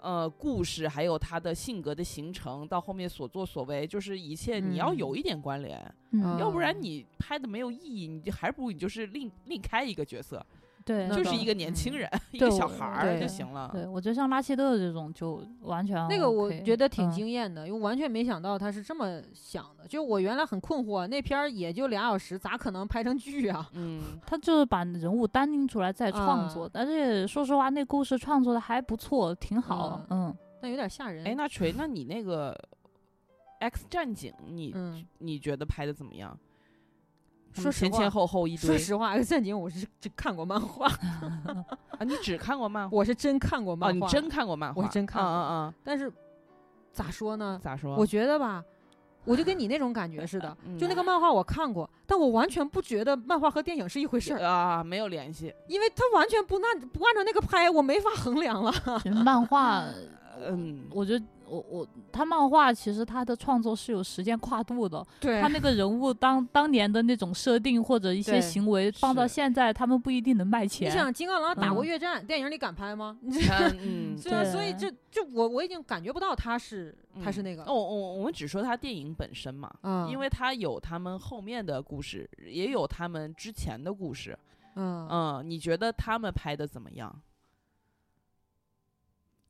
呃，故事还有他的性格的形成，到后面所作所为，就是一切你要有嗯一点关联。 <laughs> 嗯，要不然嗯你拍的没有意义，你就还不如你就是另另开一个角色，对，那就是倒一个年嗯轻人，一对个小我孩儿就对行了。对，我觉得像拉希特这种就完全那个我啊 OK 觉得挺嗯惊艳的，因为完全没想到他是这么想的。就我原来很困惑，那片儿也就俩小时，咋可能拍成剧啊？ <laughs> 嗯，他就是把人物单拎出来再创啊作，但是说实话，那故事创作的还不错，挺好。嗯，但有点吓人。哎，那锤，那你那个《X 战警》你，你、嗯，觉得拍的怎么样？他们说实前前话后后一堆说实话，《X <laughs> 战警》我是只看过漫画， <laughs> 啊，你只看过漫画我是真看过啊？漫你画，真看过漫画？我真看过嗯嗯但是咋说呢嗯，？咋说？，我觉得吧，我就跟你那种感觉似的 <laughs> 嗯就那个漫画我看过，但我完全不觉得漫画和电影是一回事儿，啊，没有联系。因为它完全不那不按照那个拍，我没法衡量了。其实漫画，嗯，我觉得我我他漫画其实他的创作是有时间跨度的，对他那个人物当当年的那种设定或者一些对行为放到是现在，他们不一定能卖你钱。想金刚狼打过嗯越战，电影里敢拍吗？ <laughs> 你这嗯，嗯对啊，所以对这这我我已经感觉不到他是他是那个我嗯哦我我们只说它电影本身嘛，嗯，因为它有他们后面的故事，也有他们之前的故事。嗯嗯，你觉得他们拍的怎么样？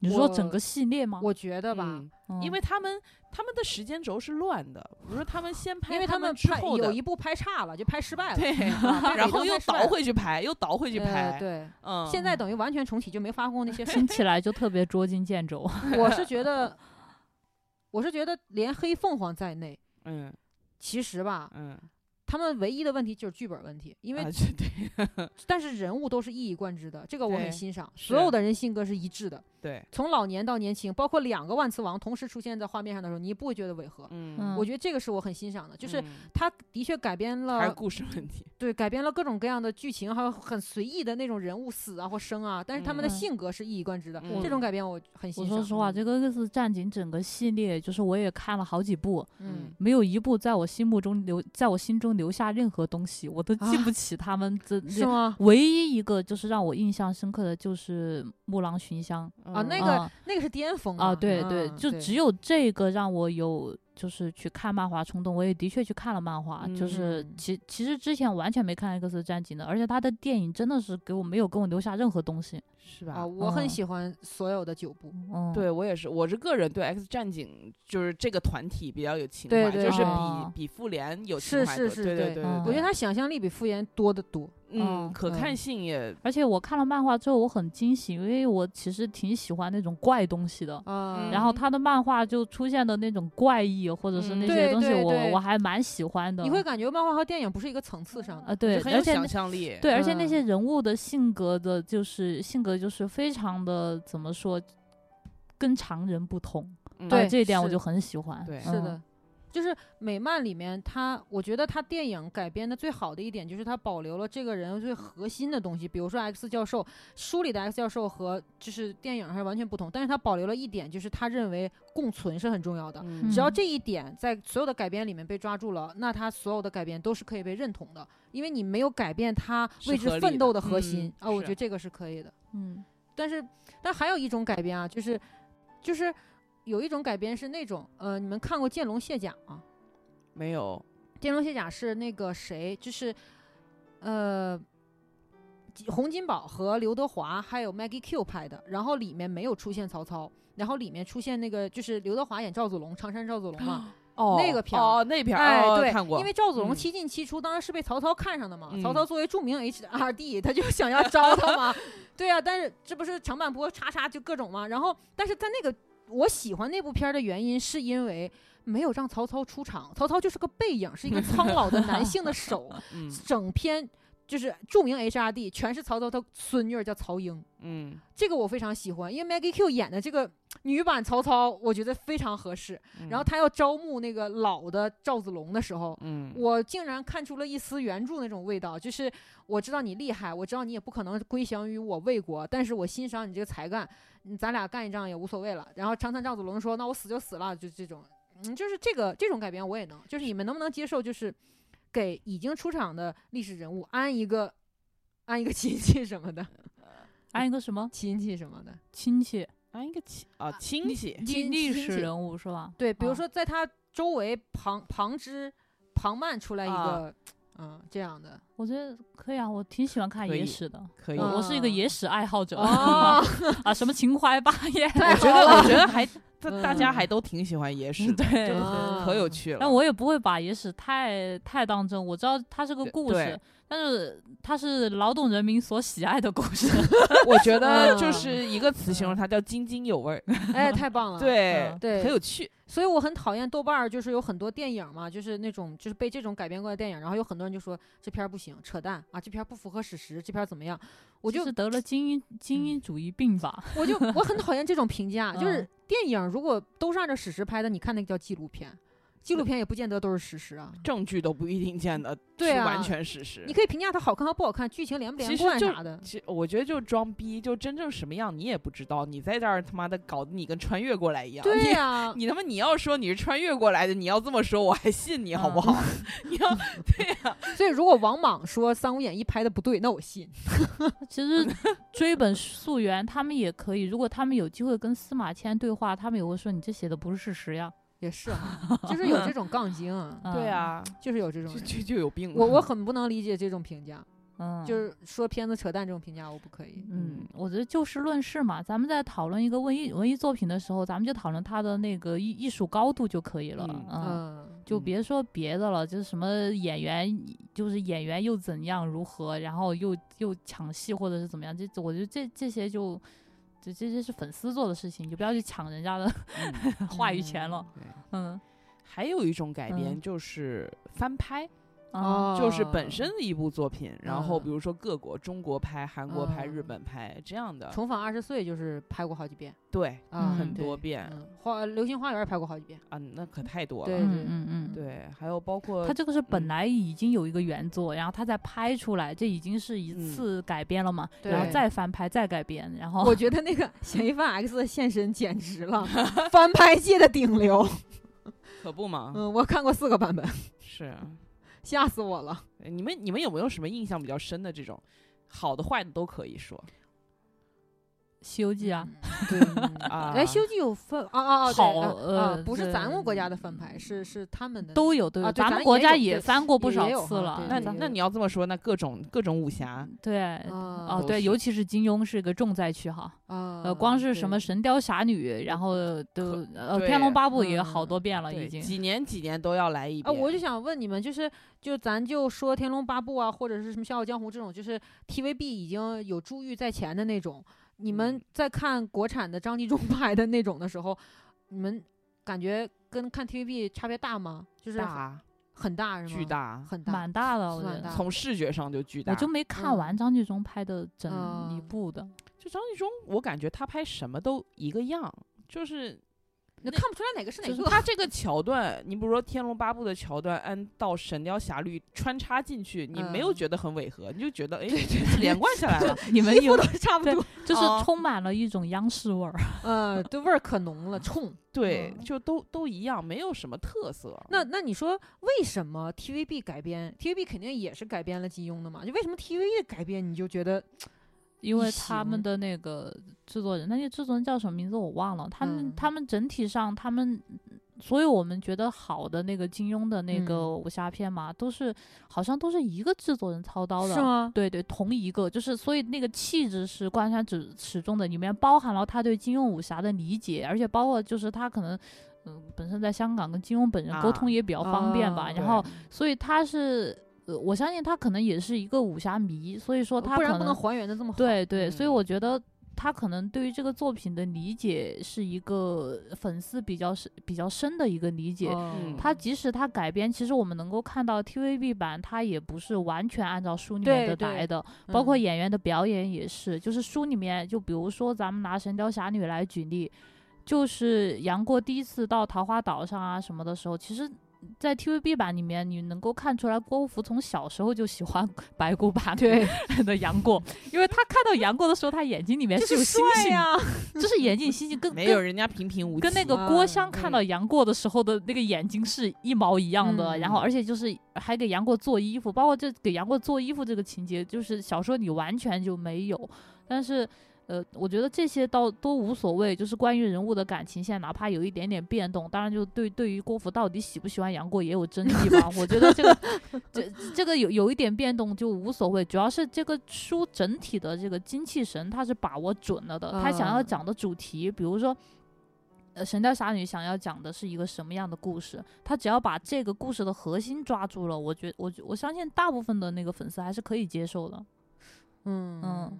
你说我整个系列吗？我觉得吧，嗯嗯因为他们他们的时间轴是乱的，比如说他们先拍，因为他们之拍后有的一部拍差了，就拍失败了， <laughs> 对，啊 <laughs> 拍然北斗后又拍失败倒了回去拍，又倒回去呃拍。对，嗯，现在等于完全重启，就没发过那 <laughs> 些事听起来就特别捉襟见 <laughs> 肘。我是觉得，我是觉得连黑凤凰在内，嗯其实吧，嗯，他们唯一的问题就是剧本问题，因为、啊对对但是人物都是一以贯之的，这个我对很欣赏，是所有的人性格是一致的，对，从老年到年轻，包括两个万磁王同时出现在画面上的时候，你不会觉得违和。嗯，嗯我觉得这个是我很欣赏的，就是呃嗯他的确改编还是了，故事问题。对，改编了各种各样的剧情，还有很随意的那种人物死啊或生啊，但是他们的嗯性格是一以贯之的，嗯这种改编我很我欣赏。说实话，嗯这个《X 战警》整个系列，就是我也看了好几部，嗯，没有一部在我心目中留，在我心中留下任何东西，我都记啊不起他们这。是吗？唯一一个就是让我印象深刻的就是《木狼寻香》嗯啊，那个、啊那个嗯是巅峰啊，对对，就只有有这个让我有就是去看漫画冲动。我也的确去看了漫画，就是嗯其其实之前完全没看《X 战警》的，而且他的电影真的是给我没有给我留下任何东西。是啊，吧？我很嗯喜欢所有的九部，嗯，对我也是，我是个人对 X 战警就是这个团体比较有情对怀，对就是对比比复联有情是怀是多是对对对嗯对，我觉得对他想象力比复联多得多。嗯嗯可看嗯性也而且我看了漫画之后，我很惊喜，因为我其实挺喜欢那种怪东西的。啊，嗯然后他的漫画就出现的那种怪异，或者是嗯那对些东西对我，我、对还蛮喜欢的。你会感觉漫画和电影不是一个层次上的。啊，对，是很有而且想那象力。对，而且那嗯些人物的性格的，就是性格就是非常的怎么说，跟常人不同。嗯啊对这一点我是就很喜欢。对嗯是的，，就是美漫里面它，我觉得它电影改编的最好的一点就是它保留了这个人最核心的东西，比如说 X 教授，书里的 X 教授和就是电影还是完全不同，但是它保留了一点，就是他认为共存是很重要的。嗯只要嗯这一点在所有的改编里面被抓住了，那他所有的改编都是可以被认同的，因为你没有改变他是为之合理奋斗的的核嗯心、啊，我是觉得这个是可以的。嗯但是，但还有一种改编啊，就是，就是有一种改编是那种，呃，你们看过《剑龙卸甲》吗？没有， 《剑龙卸甲》是那个谁，就是，呃，洪金宝和刘德华还有 Maggie Q 拍的，然后里面没有出现曹操，然后里面出现那个就是刘德华演赵子龙，常山赵子龙嘛。哦那个片儿哦，那片儿哎，哦对，看过，因为赵子龙嗯七进七出，当然是被曹操看上的嘛。嗯曹操作为著名 HRD，他就想要招他嘛。 <laughs> 对啊，但是这不是长坂坡叉叉就各种嘛。然后，但是在那个我喜欢那部片儿的原因，是因为没有让曹操出场，曹操就是个背影，是一 <laughs> 个苍老的男性的手。嗯整篇就是著名 HRD 全是曹操他孙女儿叫曹英。嗯这个我非常喜欢，因为 Maggie Q 演的这个女版曹操，我觉得非常合适。嗯，然后他要招募那个老的赵子龙的时候，嗯我竟然看出了一丝原著那种味道，就是我知道你厉害，我知道你也不可能归降于我魏国，但是我欣赏你这个才干，嗯咱俩干一仗也无所谓了。然后长谈赵子龙说：“那我死就死了。”就这种，嗯，就是这个这种改编我也能，就是你们能不能接受？就是给已经出场的历史人物安一个安一个 <laughs> 亲戚什么的，安一个什么亲戚什么的。亲戚啊一个亲啊亲戚，历亲历亲史戚人物是吧？对，比如啊说在他周围旁旁支旁漫出来一啊个，嗯，这样的。我觉得可以啊，我挺喜欢看可野以史的。可以。我我是一个 <laughs> 嗯野史爱好者、哦啊，什么秦淮八艳，太我觉得，我觉得还这大家嗯还都挺喜欢野史的，对这个对嗯可有趣了。但我也不会把野史太太当真，我知道它是个对故事对，但是它是劳动人民所喜爱的故事。我觉得 <laughs> 就嗯是一个词形容它，叫津津有味儿。哎，太棒 <laughs> 了。，对嗯对很有趣。所以我很讨厌豆瓣儿，就是有很多电影嘛，就是那种就是被这种改编过的电影，然后有很多人就说这片儿不行，扯淡啊，这片儿不符合史实，这片儿怎么样？我这就是得了精英精英主义病 <laughs> 吧？我就我很讨厌这种评价，嗯就是电影如果都是按照史实拍的，你看那个叫纪录片，纪录片也不见得都是史实啊。证据都不一定见得对是啊完全事实。你可以评价它好看和不好看，剧情连不连其实贯就啥的。其实我觉得就是装逼，就真正什么样你也不知道，你在这儿他妈的搞得你跟穿越过来一样。对啊呀、你你他妈你要说你是穿越过来的，你要这么说我还信你嗯好不好？你要所以如果王莽说《三国演义》拍的不对，那我信。其实追本溯源，他们也可以。如果他们有机会跟司马迁对话，他们也会说：“你这写的不是事实呀。也是哈，就是有这种杠精啊，嗯”对，啊，就是有这种就人。就就有病了。嗯我 <laughs> 我很不能理解这种评价，嗯，就是说片子扯淡这种评价，我不可以。嗯，我觉得就事论事嘛。咱们在讨论一个文艺文艺作品的时候，咱们就讨论它的那个艺艺术高度就可以了。嗯嗯，就嗯别说别的了，就是什么演员，就是演员又怎样如何，然后又又抢戏或者是怎么样，这我觉得这这些就，这这些是粉丝做的事情，就不要去抢人家的 <laughs> 嗯 <laughs> 话语权了。对嗯，还有一种改编嗯就是翻拍，哦啊，就是本身的一部作品，然后嗯比如说各国中国拍、韩国拍、嗯日本拍这样的，重返二十岁就是拍过好几遍对啊，很对多遍嗯花流星花园也拍过好几遍。啊，那可太多对了。嗯嗯嗯，。对，还有包括他这个是本嗯来已经有一个原作，然后他再拍出来，这已经是一嗯次改编了嘛，对然后再翻拍，再改编，然后哦我觉得那个嫌疑犯 X 的现身简直 <laughs> 了，翻拍界的顶流。可不嘛，嗯，我看过四个版本，是啊吓死我了。呃你们你们有没有什么印象比较深的这种，好的坏的都可以说西游记》啊，嗯 <laughs> 对，啊哎，《西游记》有翻啊啊啊，对好啊呃啊不是对嗯咱们国家的翻拍，是是他们的都有都有，啊对咱咱们也国家有也对翻过不也少有次哈了对。那对那对你要这么说，那各种各种武侠，对，啊哦，都对，是尤其是金庸是一个重灾区哈，啊，呃，光是什么《对神雕侠侣》，然后都呃《对天龙八部》也有好嗯多遍了，对已经。几年几年都要来一啊，遍。我就想问你们，就是就咱就说《天龙八部》啊，或者是什么《笑傲江湖》这种，就是 TVB 已经有珠玉在前的那种，你们嗯在看国产的张纪中 <laughs> 拍的那种的时候，你们感觉跟看 TVB 差别大吗？就是很大很大是吗？巨，大，很大，蛮大的，是我觉蛮得大。从视觉上就巨大。我就没看嗯完张纪中拍的整一嗯部 <laughs> 的，就张纪中，我感觉他拍什么都一个样，就是那看不出来哪个是哪就是个。他这个桥段，你比如说《天龙八部》的桥段，按到《神雕侠侣》穿插进去，你没有嗯觉得很违和，你就觉得哎，连贯下 <laughs> 来了。你们 <laughs> 有都差不对多，就是哦充满了一种央视 <laughs> 味儿。呃，这味儿可 <laughs> 浓了，冲。对，嗯就都都一样，没有什么特色。那那你说为什么 TVB 改编？TVB 肯定也是改编了金庸的嘛？就为什么 TVB 改编你就觉得因一为他们行的那个制作人，那些制作人叫什么名字我忘了。他们、嗯他们整体上，他们所有我们觉得好的那个金庸的那个嗯武侠片嘛，都是好像都是一个制作人操刀的，是吗？对对，同一个，就是所以那个气质是关山始始终的，里面包含了他对金庸武侠的理解，而且包括就是他可能，嗯、本身在香港跟金庸本人沟啊哦通也比较方便吧，啊然后所以他是，呃，我相信他可能也是一个武侠迷，所以说他哦呃可不然不能能还原的这么好。对对，所以嗯我觉得他可能对于这个作品的理解是一个粉丝比较深、比较深的一个理解。嗯他即使他改编，其实我们能够看到 TVB 版，它也不是完全按照书里面对的对来的，包括嗯演员的表演也是，就是书里面，就比如说咱们拿《神雕侠侣》来举例，就是杨过第一次到桃花岛上啊什么的时候，其实。在 TVB 版里面，你能够看出来郭芙从小时候就喜欢 <laughs> 白骨版对的杨过，因为他看到杨过的时候，他眼睛里面是有星星，呀、就是眼睛星 <laughs> 星跟没有跟人家平平无奇，跟那个啊郭襄看对到杨过的时候的那个眼睛是一毛一样的，嗯然后而且就是还给杨过做衣服，包括这给杨过做衣服这个情节，就是小说里完全就没有，但是。呃，我觉得这些倒都无所谓，就是关于人物的感情线，哪怕有一点点变动，当然就对对于郭芙到底喜不喜欢杨过也有争议吧。我觉得这个这这个有有一点变动就无所谓，主要是这个书整体的这个精气神它是把握准了的，他想要嗯讲的主题，比如说。呃《神雕侠侣》想要讲的是一个什么样的故事，他只要把这个故事的核心抓住了，我觉我觉我相信大部分的那个粉丝还是可以接受的。嗯嗯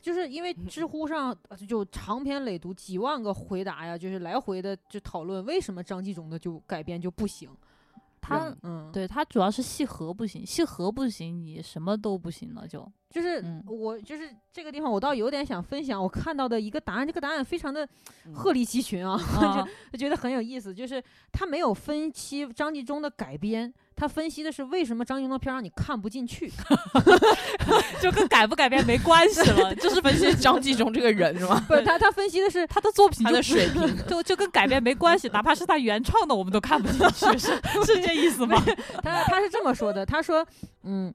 就是因为知乎上呃就长篇累牍几万个回答呀，就是来回的就讨论为什么张纪中的就改编就不行。他嗯嗯，，对他主要是戏核不行，戏核不行，你什么都不行了就。就是嗯我就是这个地方，我倒有点想分享我看到的一个答案，这个答案非常的嗯嗯鹤立鸡群啊，啊就觉得很有意思。就是他没有分析张纪中的改编，他分析的是为什么张纪中的片儿让你看不 <laughs> 进去。就跟改不改编没关系了，就是分析 <laughs> 张纪中这个人是吗？ <laughs> 不是他，他分析的是他的作品他就的水平，就就跟改编没关系，哪怕是他原创的，我们都看不进去，是是这意思吗？他他是这么说的，他说，嗯，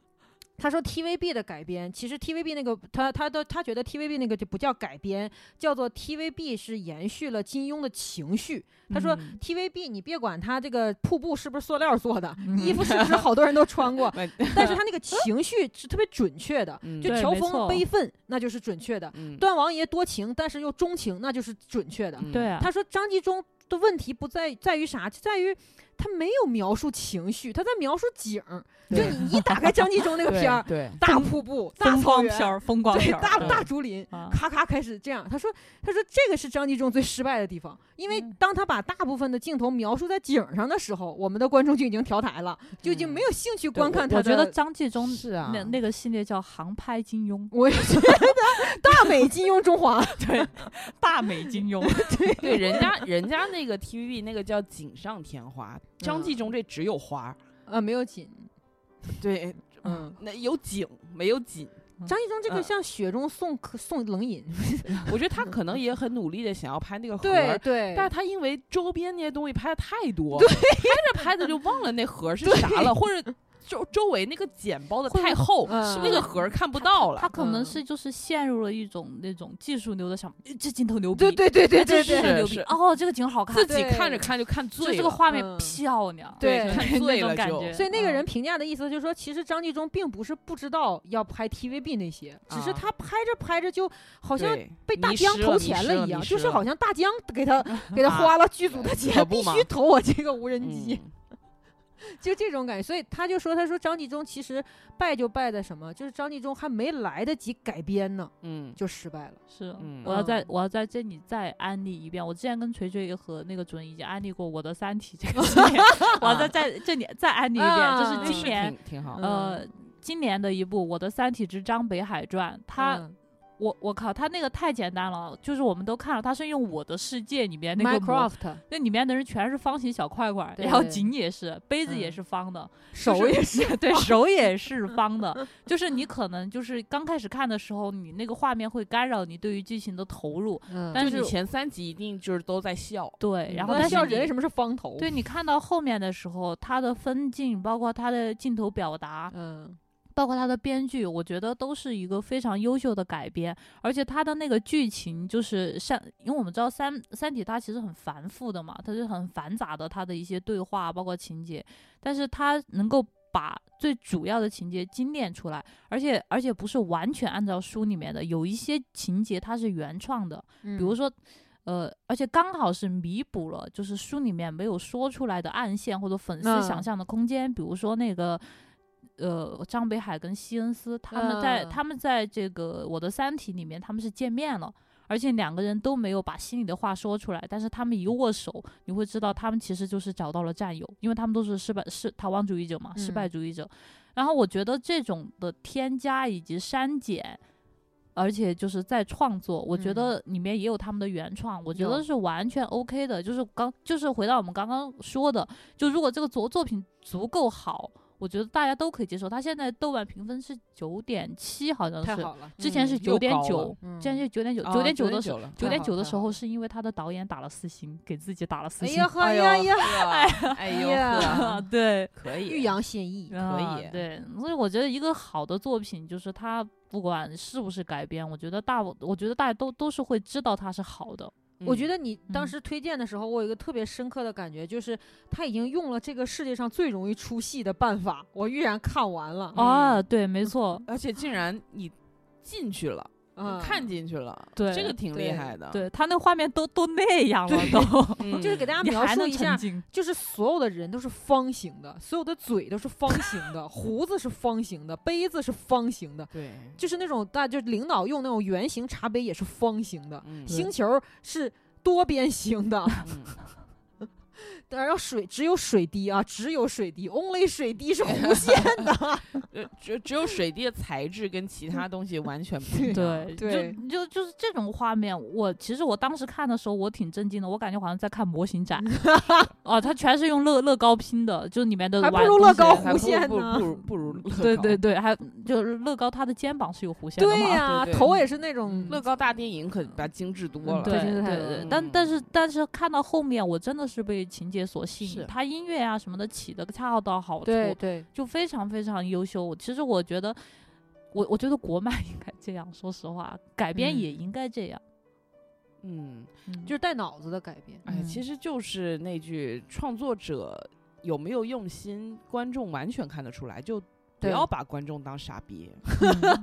他说 TVB 的改编，其实 TVB 那个他他都他觉得 TVB 那个就不叫改编，叫做 TVB 是延续了金庸的情绪。他说、嗯，TVB 你别管他这个瀑布是不是塑料做的，嗯衣服是不是好多人都穿过 <laughs> 那但是他那个情绪是特别准确的。嗯就对乔没错峰悲愤，那就是准确的；嗯段王爷多情，但是又钟情，那就是准确的。嗯对啊，他说张纪中的问题不在在于啥，就在于他没有描述情绪，他在描述景儿。就对你一打 <laughs> 开张纪中那个 <laughs> 对片儿，对，大瀑布、大风草光原，片儿，风光对片儿，大对大竹林，啊，咔咔开始这样。他说，他说这个是张纪中最失败的地方，因为嗯当他把大部分的镜头描述在景儿上的时候，我们的观众就已经调台了，就已经嗯没有兴趣对观我看他我觉的》，得。张纪中是啊那那个系列叫《航拍金庸 <laughs> 我也觉得大美金庸中华， <laughs> 对，大美金庸， <laughs> 对，人家人家那个 TVB 那个叫锦上添花，张嗯纪中这只有花， <laughs> 啊，没有锦，对，嗯，那有景没有 <laughs> 锦。张纪中这个嗯像雪中送客送冷饮， <laughs> 我觉得他可能也很努力的想要拍那个盒对儿，对，但是他因为周边那些东西拍的太 <laughs> 多，拍着拍着就忘了那盒儿是啥了，或者周周围那个茧包的或者太厚，嗯那个盒儿看不到他了。可能嗯是就是陷入了一种那种技术流的想，诶这镜头牛逼，对对对对哎这对技对术是牛是逼，哦，这个景好看，自己对看着看就看就醉这个了，画面嗯漂亮，对就看 <laughs> 是醉那种了感就觉，所以那个嗯人评价的意思就是说，其实张纪中并不是不知道要拍 TVB 那些，只是啊他拍着拍着就好像对被大迷江失投迷钱失了一迷样，失就是了好像大江给他给 <laughs> 他啊花了剧组的可不钱，必嘛须投我这个无人机，嗯 <laughs> 就这种感觉。所以他就说，他说张纪中其实败就败在什么，就是张纪中还没来得及改编呢，嗯就失败了。是，嗯我要在嗯我要在这里再安利一遍。我之前跟锤锤和那个准已经安利过我的《三体》这个系 <laughs> 列，我要在在这里再安利一遍，这嗯啊是今是年挺挺好嗯，呃今年的一部《我的三体之张北海传》。它嗯我我靠，它那个太简单了，就是我们都看了，它是用《我的世界》里面那个模 Minecraft 那里面的人全是方形小块块，对然后对井也是，杯子也嗯是方的，手也是， <laughs> <laughs> 对手也嗯是方的，就是你可能就是刚开始看的时候，你那个画面会干扰你对于剧情的投入，嗯但就是你前三集一定就是都在笑，对，然后那但是笑你人为什么是方头？对你看到后面的时候，他的分镜，包括他的镜头表达，嗯，包括他的编剧，我觉得都是一个非常优秀的改编。而且他的那个剧情，就是像，因为我们知道三《三体》它其实很繁复的嘛，它是很繁杂的，它的一些对话，包括情节，但是它能够把最主要的情节精炼出来，而且而且不是完全按照书里面的，有一些情节它是原创的，比比如说，呃，而且刚好是弥补了就是书里面没有说出来的暗线或者粉丝想嗯象的空间，比如说那个。呃，张北海跟西恩斯他们在、嗯他们在这个《我的三体》里面，他们是见面了，而且两个人都没有把心里的话说出来，但是他们一握手，你会知道他们其实就是找到了战友，因为他们都是失败是逃亡主义者嘛，失败嗯主义者。然后我觉得这种的添加以及删减，而且就是在创作，我觉嗯得里面也有他们的原创，我觉得有是完全 OK 的。就是刚就是回到我们刚刚说的，就如果这个作作品足够好，我觉得大家都可以接受。它现在豆瓣评分是九点七，好像太是好了，之前是嗯九又点高九了，嗯之前是九点九，啊九点哦九的时候。了，九太点好九的太时候，好是因为他的导演打了四星，给自己打了四哎星。 <laughs> 哎呀呵呦呀呀，呵哎呦呀呵，啊，对， <laughs> 可以欲扬先抑。啊以对，所以我觉得一个好的作品，就是它不管是不是改编，我觉得大，我觉得大家都都是会知道它是好的。我觉得你嗯当时推荐的时候，我有一个特别深刻的感觉，就是他已经用了这个世界上最容易出戏的办法，哦我依然看完了。啊，对，没错，而且竟然你进去了，嗯看进去了，对这个挺厉对害的，对他那画面都都那样了，都 <laughs> 嗯，就是给大家你描还述能一下沉，浸？就是所有的人都是方形的，所有的嘴都是 <laughs> 方形的，胡子是方形的，杯子是方形的，对，就是那种大就是领导用那种圆形茶杯也是方形的，嗯星球是多边形 <laughs> 的，嗯然后水只有水滴 <laughs> 啊，只有水滴，only 水滴 <laughs> 是弧线的，呃，只只有水滴的材质跟其他东西完全不一样。 <laughs> 对，对就就就是这种画面，我其实我当时看的时候，我挺震惊的，我感觉好像在看模型 <laughs> 展，啊，它全是用乐乐高拼的，就里面的还不玩如东乐西高还弧不线不呢不如不如乐高。对对对， <laughs> 还就是乐高它的肩膀是有弧线的对嗯嘛，呀、对对头也是那种乐高大电影可把精致多了。嗯对真对的太有对了，但但是嗯但是看到后面，我真的是被情节所吸是引，它音乐啊什么的起的恰到好处，对对，就非常非常优秀。其实我觉得，我我觉得国漫 <laughs> 应该这样，说实话，改编嗯也应该这样，嗯，嗯就是带脑子的改编。哎，嗯其实就是那句创作者有没有用心，观众完全看得出来，就。不对要把观众当傻 <laughs> 逼，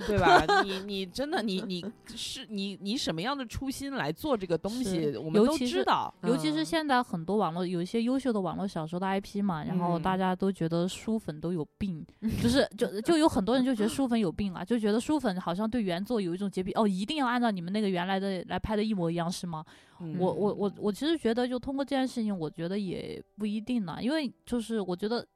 对吧？你你真的你你是你你什么样的初心来做这个东西，是我尤们都其知是道。尤其是嗯现在很多网络有一些优秀的网络小说的 IP 嘛，然后嗯大家都觉得书粉都有 <laughs> 病，就是就就有很多人就觉得书粉有病啊，就觉得书粉好像对原作有一种洁癖，哦，一定要按照你们那个原来的来拍的一模一样是吗？嗯我我我我其实觉得，就通过这件事情，我觉得也不一定呢，因为就是我觉得，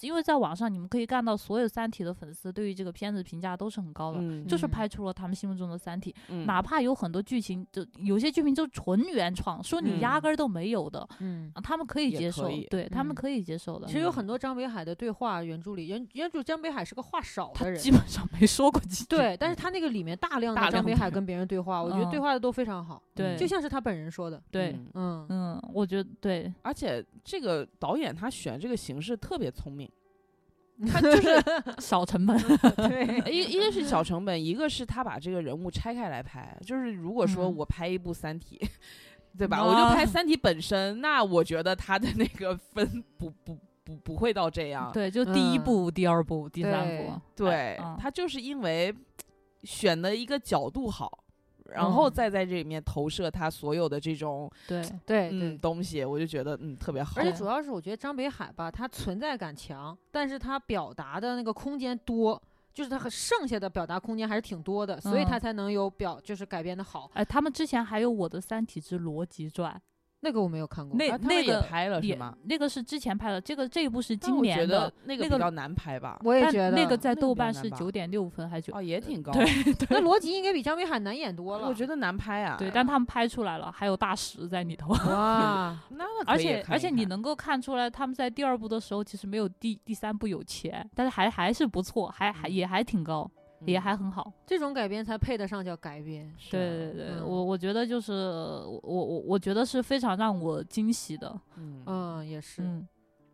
因为在网上你们可以看到所有《三体》的粉丝对于这个片子评价都是很高的。嗯就是嗯拍出了他们心目中的《三体》，嗯哪怕有很多剧情，就有些剧情就纯原创，说你压嗯根儿都没有的，嗯，啊他们可以也接可受，以对他们嗯可以接受的其。实有嗯很多张北海的对话原著里，原原著张北海是个话少他的人基，本上 <laughs> 没说过几句。对，但是他那个里面大量大的量张北的海跟别人对话，我觉得对嗯话的都非常好，对就像是他本人说的，对，嗯嗯，嗯，我觉得对，而且这个导演他选这个形式特别聪明，嗯 <laughs> 他就是小成本。对，一一个是小成本，一个是他把这个人物拆开来拍。就是如果说嗯我拍一部《三体》 <laughs> 对吧？啊我就拍 <laughs> 《三体》本身，那我觉得他的那个分不不不不会到这样。对，就第一嗯部、第二部、第三对部，对嗯他就是因为选的一个角度好，然后嗯再在这里面投射他所有的这种对，对对嗯东西，我就觉得嗯特别好而。且主要是我觉得张北海吧，他存在感强，但是他表达的那个空间多，就是他和剩下的表达空间还是挺多的，所以他嗯才能有表就是改编的好。哎，他们之前还有《我的三体之逻辑传》，那个我没有看过，那啊他们那也个拍了是也吗？那个是之前拍的，这个这一部是但今我觉年得的，那那个个比较难拍吧？我也但觉得那个在那个豆比较瓣难是吧九点六分还九、哦，也挺高。 <laughs> 对那逻辑应该比张北海难演多了。我觉得难拍啊。对，但他们拍出来了，还有大石在里头，得哇，那那可而以且看而一且你看能够看出来，他们在第二部的时候其实没有第第三部有钱，但是还还是不错，还还嗯也还挺高，也还很好。这种改编才配得上叫改啊编。对对对，嗯我我觉得就是我我我觉得是非常让我惊喜的，嗯嗯，也是。嗯，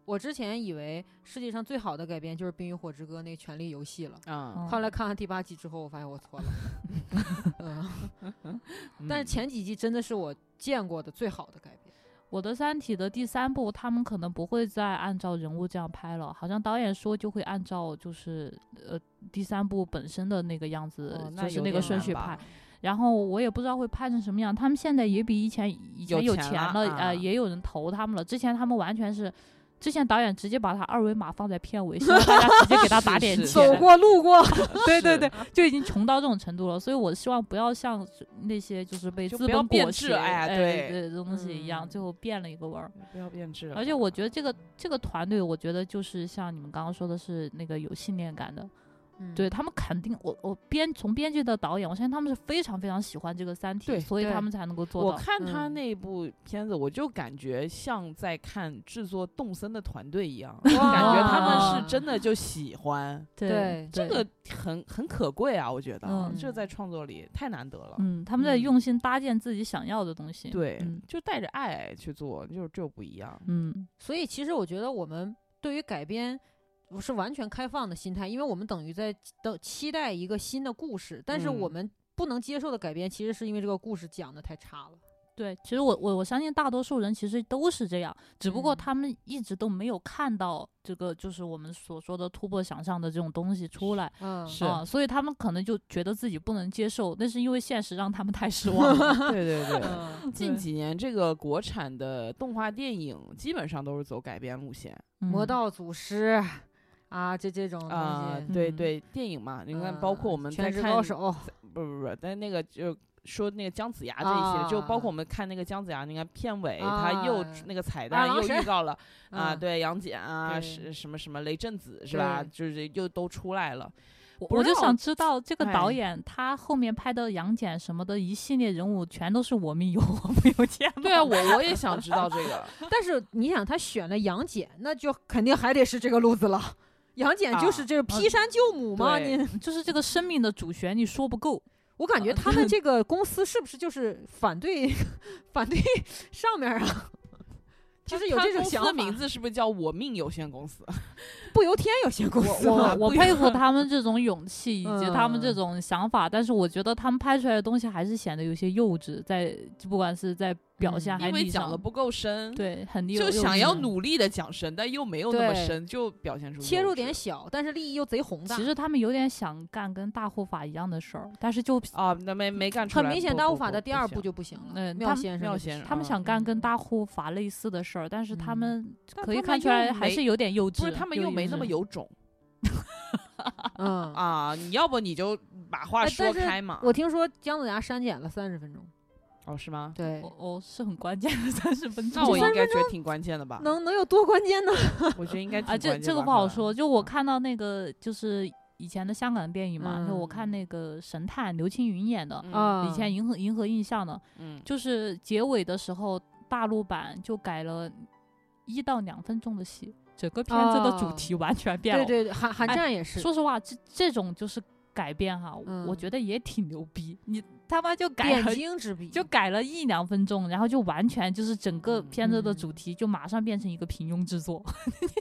我之前以为世界上最好的改编就是《冰与火之歌》那个《权力游戏》了，啊，后来嗯看完第八集之后，我发现 <laughs> 我错了。嗯，但是嗯前几季真的是我见过的最好的改编。我的《三体》的第三部，他们可能不会再按照人物这样拍了，好像导演说就会按照就是呃第三部本身的那个样子，哦那就是有那个点顺难序吧拍。然后我也不知道会拍成什么样。他们现在也比以前以前有有钱钱了啊呃，也有人投他们了。之前他们完全是，之前导演直接把他二维码放在片尾，希望大家直接给他打 <laughs> 是点是钱。走过路过，对对是对，就已经穷到这种程度了。所以我希望不要像那些就是被就资不要本变裹质挟，哎呀对对这种东西一样，嗯最后变了一个味儿。不要变质了。而且我觉得这个这个团队，我觉得就是像你们刚刚说的是那个有信念感的，嗯 <laughs> 对他们肯定，我我编从编剧到导演，我相信他们是非常非常喜欢这个《三体对》，所以对他们才能够做我到。看他嗯那部片子，我就感觉像在看制作动森的团队一 <laughs> 样，哇感觉他们是真的就喜欢对这个，很很可贵啊！我觉得嗯这在创作里太难得了。嗯，他们在嗯用心搭建自己想要的东西。对嗯，就带着爱去做，就就不一样。嗯，所以其实我觉得我们对于改编。我是完全开放的心态，因为我们等于在等期待一个新的故事，但是嗯我们不能接受的改编，其实是因为这个故事讲的太差了。对，其实我我我相信大多数人其实都是这样，只不过嗯他们一直都没有看到这个，就是我们所说的突破想象的这种东西出来嗯，是啊，所以他们可能就觉得自己不能接受，那是因为现实让他们太 <laughs> 失望了。 <laughs> 对对对，嗯近对几年这个国产的动画电影基本上都是走改编路线魔嗯道祖师啊，这这种东啊、西，对嗯对，电影嘛，你看，包括嗯我们在全职看高手，不不不，但那个就说那个姜子牙这一系列，就包括我们看那个姜子牙，你看片尾他又啊出那个彩二蛋郎又神预告了啊，嗯，对杨戬啊，对是什么什么雷震子是吧？对就是又都出来 <laughs> 了。我不我就让想知道这个导哎演他后面拍的杨戬什么的一系列人物，全都是我命由 <laughs> 我不由天吗？对啊，我我也想知道这 <laughs> 个但是你想，他选了杨戬，那就肯定还得是这个路子了。杨戬就是啊这个劈山救母嘛，对你就是这个生命的主旋律说不够。我感觉啊他们这个公司是不是就是反对 <laughs> 反对上面啊？他，就是有他这种公司想的法，名字是不是叫我命有限公司？不由天有限公司我 <laughs> 嘛我不我一佩服样他们这种勇气以及他们这嗯种想法，但是我觉得他们拍出来的东西还是显得有些幼稚，在不管是在表现嗯还 <laughs> 因是为立讲场的，不够深，对，很幼就幼想要稚努力的讲深，但又没有那么对深，就表现出切幼入稚点小，但是利益又贼宏大。其实他们有点想干跟大护法一样的事儿，但是就啊，那没没干出很来明显，不大不护法不的不第二行部就不行了。嗯妙他们先生妙就不先行生他们嗯想干嗯跟大护法类似的事儿，但是他嗯们但可以他们看出来又还没是有点幼稚，不是他们有又没幼那么稚有种 <laughs> 嗯，啊！你要不你就把话哎说但是开嘛。我听说姜子牙删减了三十分钟，哦，是吗？对，哦哦，是很关键的 <laughs> 三十分钟。那我三应该觉得挺关键的吧？能能有多关键 <laughs> 呢？我觉得应该挺啊，关键嗯这这个吧不好可能说。就我看到那个，就是以前的香港电影嘛，就我看嗯那个神探刘青云演的，嗯啊，以前银河银河印象的，嗯，就是结尾的时候大陆版就改了一到两分钟的戏，整个片子的主哦题完全变了。对对，韩韩哎战也是，说实话，这这种就是改编哈，我嗯觉得也挺牛逼。你他妈就改点了。睛 <laughs> 之笔，就改了一两分钟，然后就完全就是整个嗯片子的嗯主题就马上变成一个平庸之 <laughs> 作。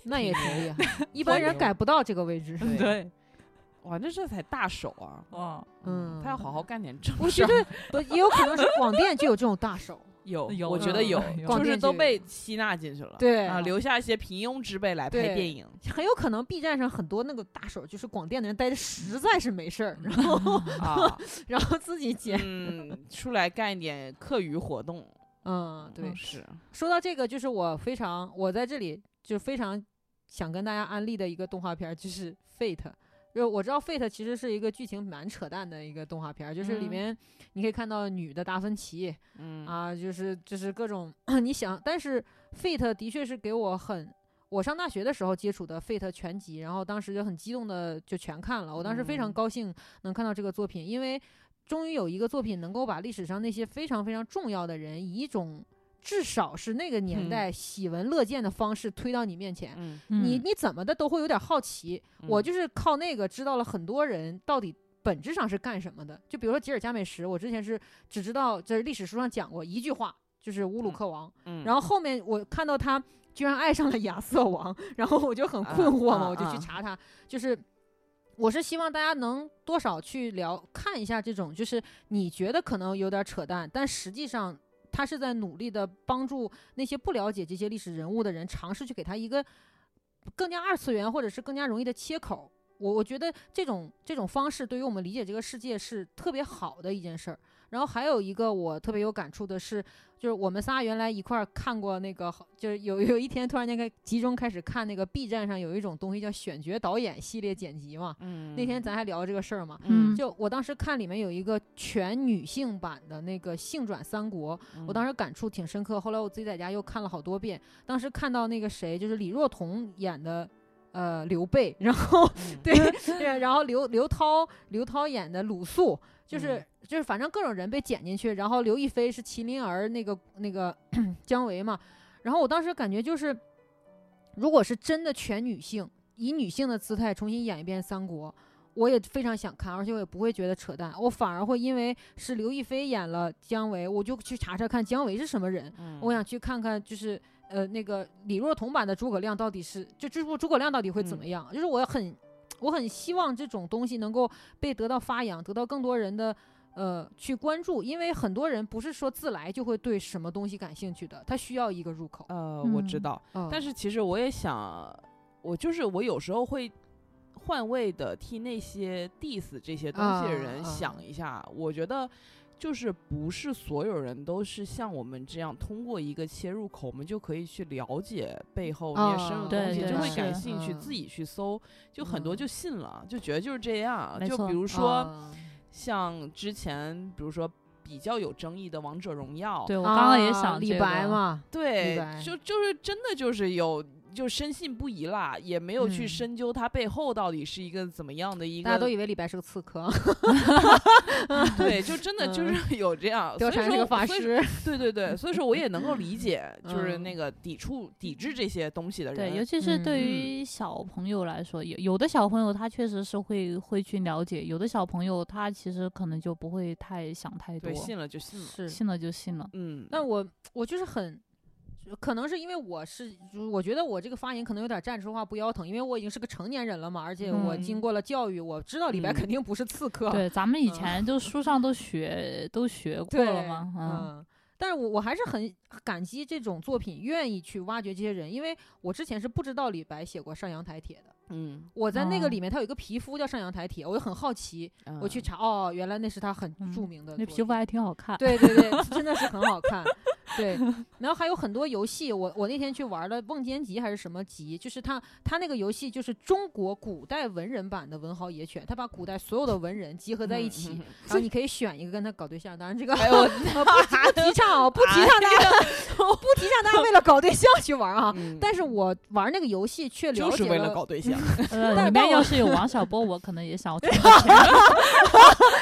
那也挺厉 <laughs> 害，一所般以人我改不到这个位置。 <laughs> 对， <laughs> 哇，那这才大手啊！哦，嗯他要好好干点正我事觉儿。得 <laughs> 不也有可能是广电就有这种大手， <laughs> 有，有我觉得嗯有，广就是电都剧被吸纳进去了。对啊，留下一些平庸之辈来拍对电 <laughs> 影。很有可能 B 站上很多那个大手就是广电的人待着实在是没事儿，然后啊， <laughs> 然后自己剪。嗯，出来干一点课余活动。嗯，对嗯，是，说到这个，就是我非常我在这里就非常想跟大家安利的一个动画片儿，就是《Fate》。就我知道《Fate》其实是一个剧情蛮扯淡的一个动画片儿，就是里嗯面你可以看到女的达芬奇，嗯啊，就是就是各种 <clears throat> 你想，但是 Fate 的确是给我很，我上大学的时候接触的 Fate 全集，然后当时就很激动的就全看了，我当时非常嗯高兴能看到这个作品，因为终于有一个作品能够把历史上那些非常非常重要的人以一种。至少是那个嗯年代喜闻乐见的方式推到你面前，嗯，你嗯你怎么的都会有点好奇，我嗯就是靠那个知道了很多人到底本质上是干什么的。就比如说吉尔加美什，我之前是只知道就是历史书上讲过一句话，就是乌鲁克王，嗯然后后面我看到他居然爱上了亚瑟王，然后我就很困惑嘛，啊我就啊去查他，就是。我是希望大家能多少去聊看一下这种，就是你觉得可能有点扯淡，但实际上他是在努力的帮助那些不了解这些历史人物的人，尝试去给他一个更加二次元或者是更加容易的切口。我我觉得这种这种方式对于我们理解这个世界是特别好的一件事儿。然后还有一个我特别有感触的是，就是我们仨原来一块儿看过那个，就是有有一天突然间开集中开始看那个 B 站上有一种东西叫选角导演系列剪辑嘛。嗯那天咱还聊这个事儿嘛，嗯就我当时看里面有一个全女性版的那个《性转三国》，嗯嗯我当时时感触挺深刻。后来我自己在家又看了好多遍，当时看到那个谁，就是李若彤演的。呃，刘备，然后嗯对，对然后刘刘涛，刘涛演的鲁肃，就是、嗯就是，反正各种人被剪进去，然后刘亦菲是麒麟儿那个那个 <clears throat> 姜维嘛，然后我当时感觉就是，如果是真的全女性，以女性的姿态重新演一遍三国，我也非常想看，而且我也不会觉得扯淡，我反而会因为是刘亦菲演了姜维，我就去查查看姜维是什么人，嗯嗯我想去看看就是。呃，那个李若彤版的诸葛亮到底是就这部诸葛亮到底会嗯怎么样？就是我很我很希望这种东西能够被得到发扬，得到更多人的呃去关注，因为很多人不是说自来就会对什么东西感兴趣的，他需要一个入口。呃，我知嗯道，呃但是其实我也想，我就是我有时候会换位的替那些 diss 这些东西的嗯人啊啊想一下，我觉得。就是不是所有人都是像我们这样通过一个切入口，我们就可以去了解背后那些深入啊的东对西，哦对就会是感兴趣，嗯自己去搜，就很多嗯就信了，就觉得就是这样。啊没就错嗯比如说啊像之前，比如说比较有争议的《王者荣耀》，对我刚刚也啊想、李白，嘛，对白，就就是真的就是有就深信不疑啦，也没有去嗯深究它背后到底是一个怎么样的一大家都个，以为李白是个刺客， <laughs> 对，就真的就嗯是 <laughs> 有这样，所貂以蝉是说个法所以师，对对对，所以说我也能够理解，就是嗯那个抵触抵制这些东西的对，尤人，其是嗯对于小朋友来说，有有的小朋友他确实是会会去了解，有的小朋友他其实可能就不会太想太多对，，信了就信了，是信了就信 <laughs> 了。嗯，但我我就是很，可能是因为我是，就是我觉得我这个发言可能有点站着说话不腰疼，因为我已经是个成年人了嘛，而且我嗯经过了教育，我知道李白嗯肯定不是刺客。对，咱们以嗯前就书上都学都 <laughs> 学过对了嘛，嗯，嗯。但是我我还是很感激这种作品，愿意去挖掘这些人，因为我之前是不知道李白写过《上阳台帖》的。嗯，我在那哦个里面，他有一个皮肤叫《上阳台帖》，我就很好奇，我去嗯，查，哦，原来那是他很嗯著名的作那品。皮肤还挺好看。对对对，真的是很好看。对，然后还有很多游戏，我我那天去玩了《瓮间集》还是什么集，就是它它那个游戏就是中国古代文人版的《文豪野犬》，它把古代所有的文人集合在一起，嗯，嗯嗯然后你可以选一个跟他搞对象。当然这个呃哎我哎不提倡啊，我不提倡 <laughs> 大家，我不提倡大家为了搞对象去玩啊。嗯但是我玩那个游戏却了就解是为了搞对 <laughs> 象，呃，但里但面我要是有王小波，我可能也 <laughs> 想，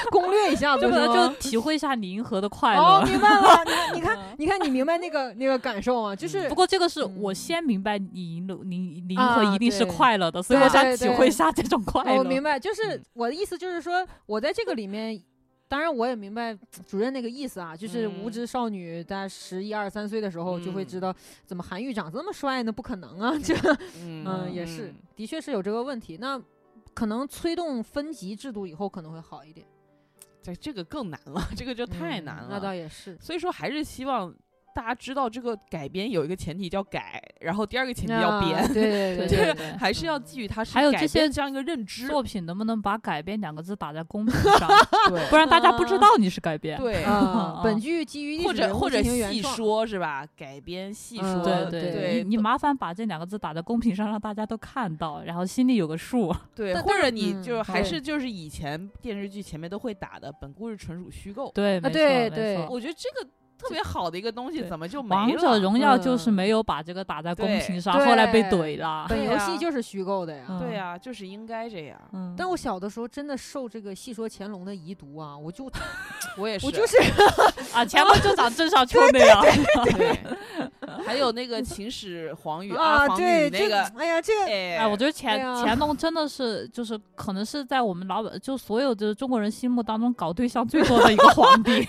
攻略 <laughs> 一下子就可是能吗就体会一下银河的哎快哦，乐。明白了，<laughs> 你你看，你看，你明白那个那个感受吗？就是不过这个是我嗯先明白你赢了，你你啊和一定是对快乐的，所以我对想对体对会一下这种快乐。我哦明白，就是嗯我的意思就是说，我在这个里面，当然我也明白主任那个意思啊，就是无嗯知少女在十一二三岁的时候就会嗯知道，怎么韩愈长这么帅呢？不可能啊， <laughs> 这嗯也是，的确是有这个问题。那可能催动分级制度以后可能会好一点，这这个更难了，这个就太嗯难了，那倒也是，所以说还是希望大家知道这个改编有一个前提叫改，然后第二个前提叫啊编， <laughs> 对对对这对个对，还是要嗯基于它是还有改这些编这样一个认知， <laughs> 作品能不能把“改编”两个字打在公 <laughs> 屏上，不对然大家不知啊道你是改编。对，啊嗯本剧基于历或史者人物或者进行原细创说是吧？改编细说，嗯对对你你麻烦把这两个字打在公屏上，让大家都看到，然后心里有个数。 <laughs> 对，但或者你嗯就是还对是就是以前电视剧前面都会打的，本故事纯属虚构，对，没错，啊没对对错我觉得这个特别好的一个东西对怎么就没王者了？荣耀就是嗯没有把这个打在公对屏上，后来被对怼了。本对游呀戏就是虚构的呀，嗯对呀，就是应该这样，嗯，但我小的时候真的受这个《戏说乾隆》的遗毒啊，我就我也是，我就是啊，前面就长郑 <laughs> 少秋那样，对，还有那个秦始皇与阿啊，房对雨这那个，哎呀，这个哎哎，我觉得乾对啊乾隆真的是，就是可能是在我们老百就所有的中国人心目当中搞对象最多的一个皇帝。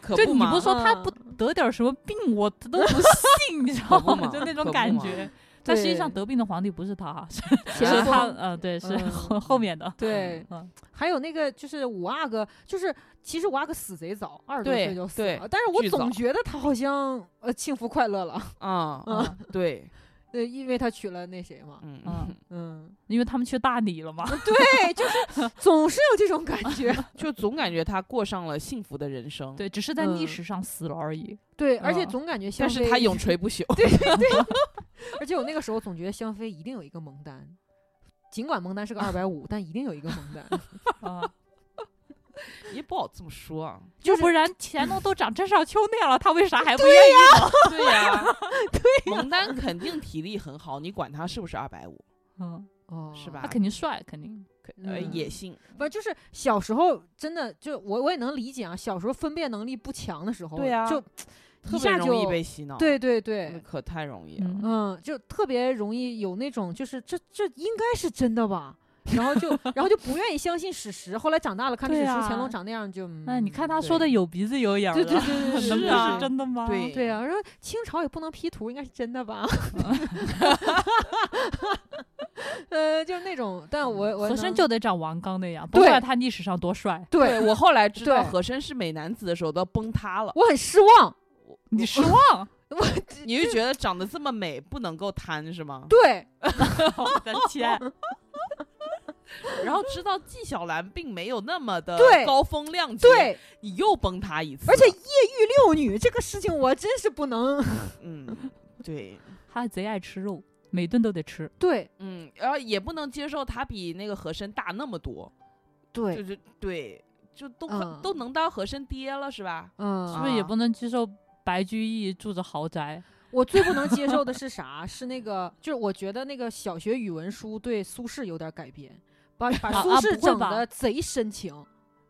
可就不你嘛不说他不得点儿什么病，我都不信，你知道可不吗？嘛就那种可不感嘛觉。但实际上对得病的皇帝不是他哈，是咸是丰他，呃，对，是后嗯后面的。对嗯，还有那个就是五阿哥，就是其实五阿哥死贼早，二十多对岁就死对了，但是我巨早总觉得他好像呃幸福快乐了，啊、嗯对，对，因为他娶了那谁嘛，嗯嗯，嗯，呃因为他们去大理了嘛。对，就是 <laughs> 总是有这种感 <laughs> 觉，就总感觉他过上了幸福的人生，，对，只是在历嗯史上死了而已。对，而且嗯总感觉香但妃，是他永垂不朽。而且我那个时候总觉得香妃一定有一个蒙丹，尽管蒙丹是个二百五，但一定有一个蒙 <laughs> 丹，啊，也不好这么说啊。要是不然乾隆都长郑少秋那样了，他为啥还不愿意？ <laughs> 对呀、 <laughs> 对、蒙丹肯定体力很好，你管他是不是二百五，嗯，哦，是吧他肯定帅，肯定。可呃，嗯野性。不就是小时候真的就我我也能理解啊，小时候分辨能力不强的时候，对啊就特别一下容易就被洗脑，对对那对，可太容易了。嗯，嗯，就特别容易有那种就是这这应该是真的吧，<laughs> 然后就然后就不愿意相信史实，后来长大了看历对史书，啊乾隆长那样就，那哎你嗯看他说的对有鼻子有眼儿对对的，<laughs> 对对能是不啊是真的吗？对对啊啊，说清朝也不能 P 图，应该是真的吧？ <laughs> 呃，就那种，但我我和能珅就得长王刚那样，不对管他历史上多帅，对我后来知道对和珅是美男子的时候都要崩塌了，我很失望，你失 <laughs> 望。你就觉得长得这么美不能够贪是吗？对，我的 <laughs> <laughs> 天，然后知道纪晓岚并没有那么的对高风亮节，对，你又崩塌一次，而且夜遇六女这个事情，我真是不能。嗯，对，他贼爱吃肉，每顿都得吃。 <laughs> 对嗯，然后也不能接受他比那个和珅大那么多，就对，是对，就都快、嗯都能当和珅爹了是吧？是嗯，不是也啊不能接受白居易住着豪宅？我最不能接受的是啥？是那个，就是我觉得那个小学语文书对苏轼有点改编， <laughs> 把把啊苏啊轼不会整吧的贼深情，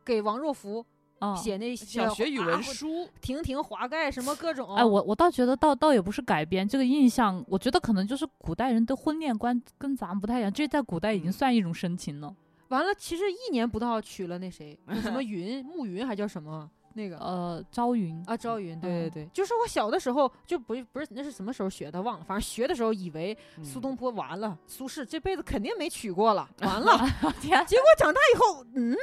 给王若芙啊、写那些小学语文，啊书，亭亭华盖什么各种。哎，我我倒觉得倒倒也不是改编这个印象，我觉得可能就是古代人的婚恋观跟咱们不太一样，这在古代已经嗯算一种深情了。完了，其实一年不到娶了那谁，那什么 <laughs> 云慕云还叫什么那个呃，朝云 <laughs> 啊，赵云，对对嗯对，就是我小的时候就不不是那是什么时候学的忘了，反正学的时候以为苏嗯东坡完了，苏轼这辈子肯定没娶 <laughs> 过了，完了，天，结果长大以后，嗯，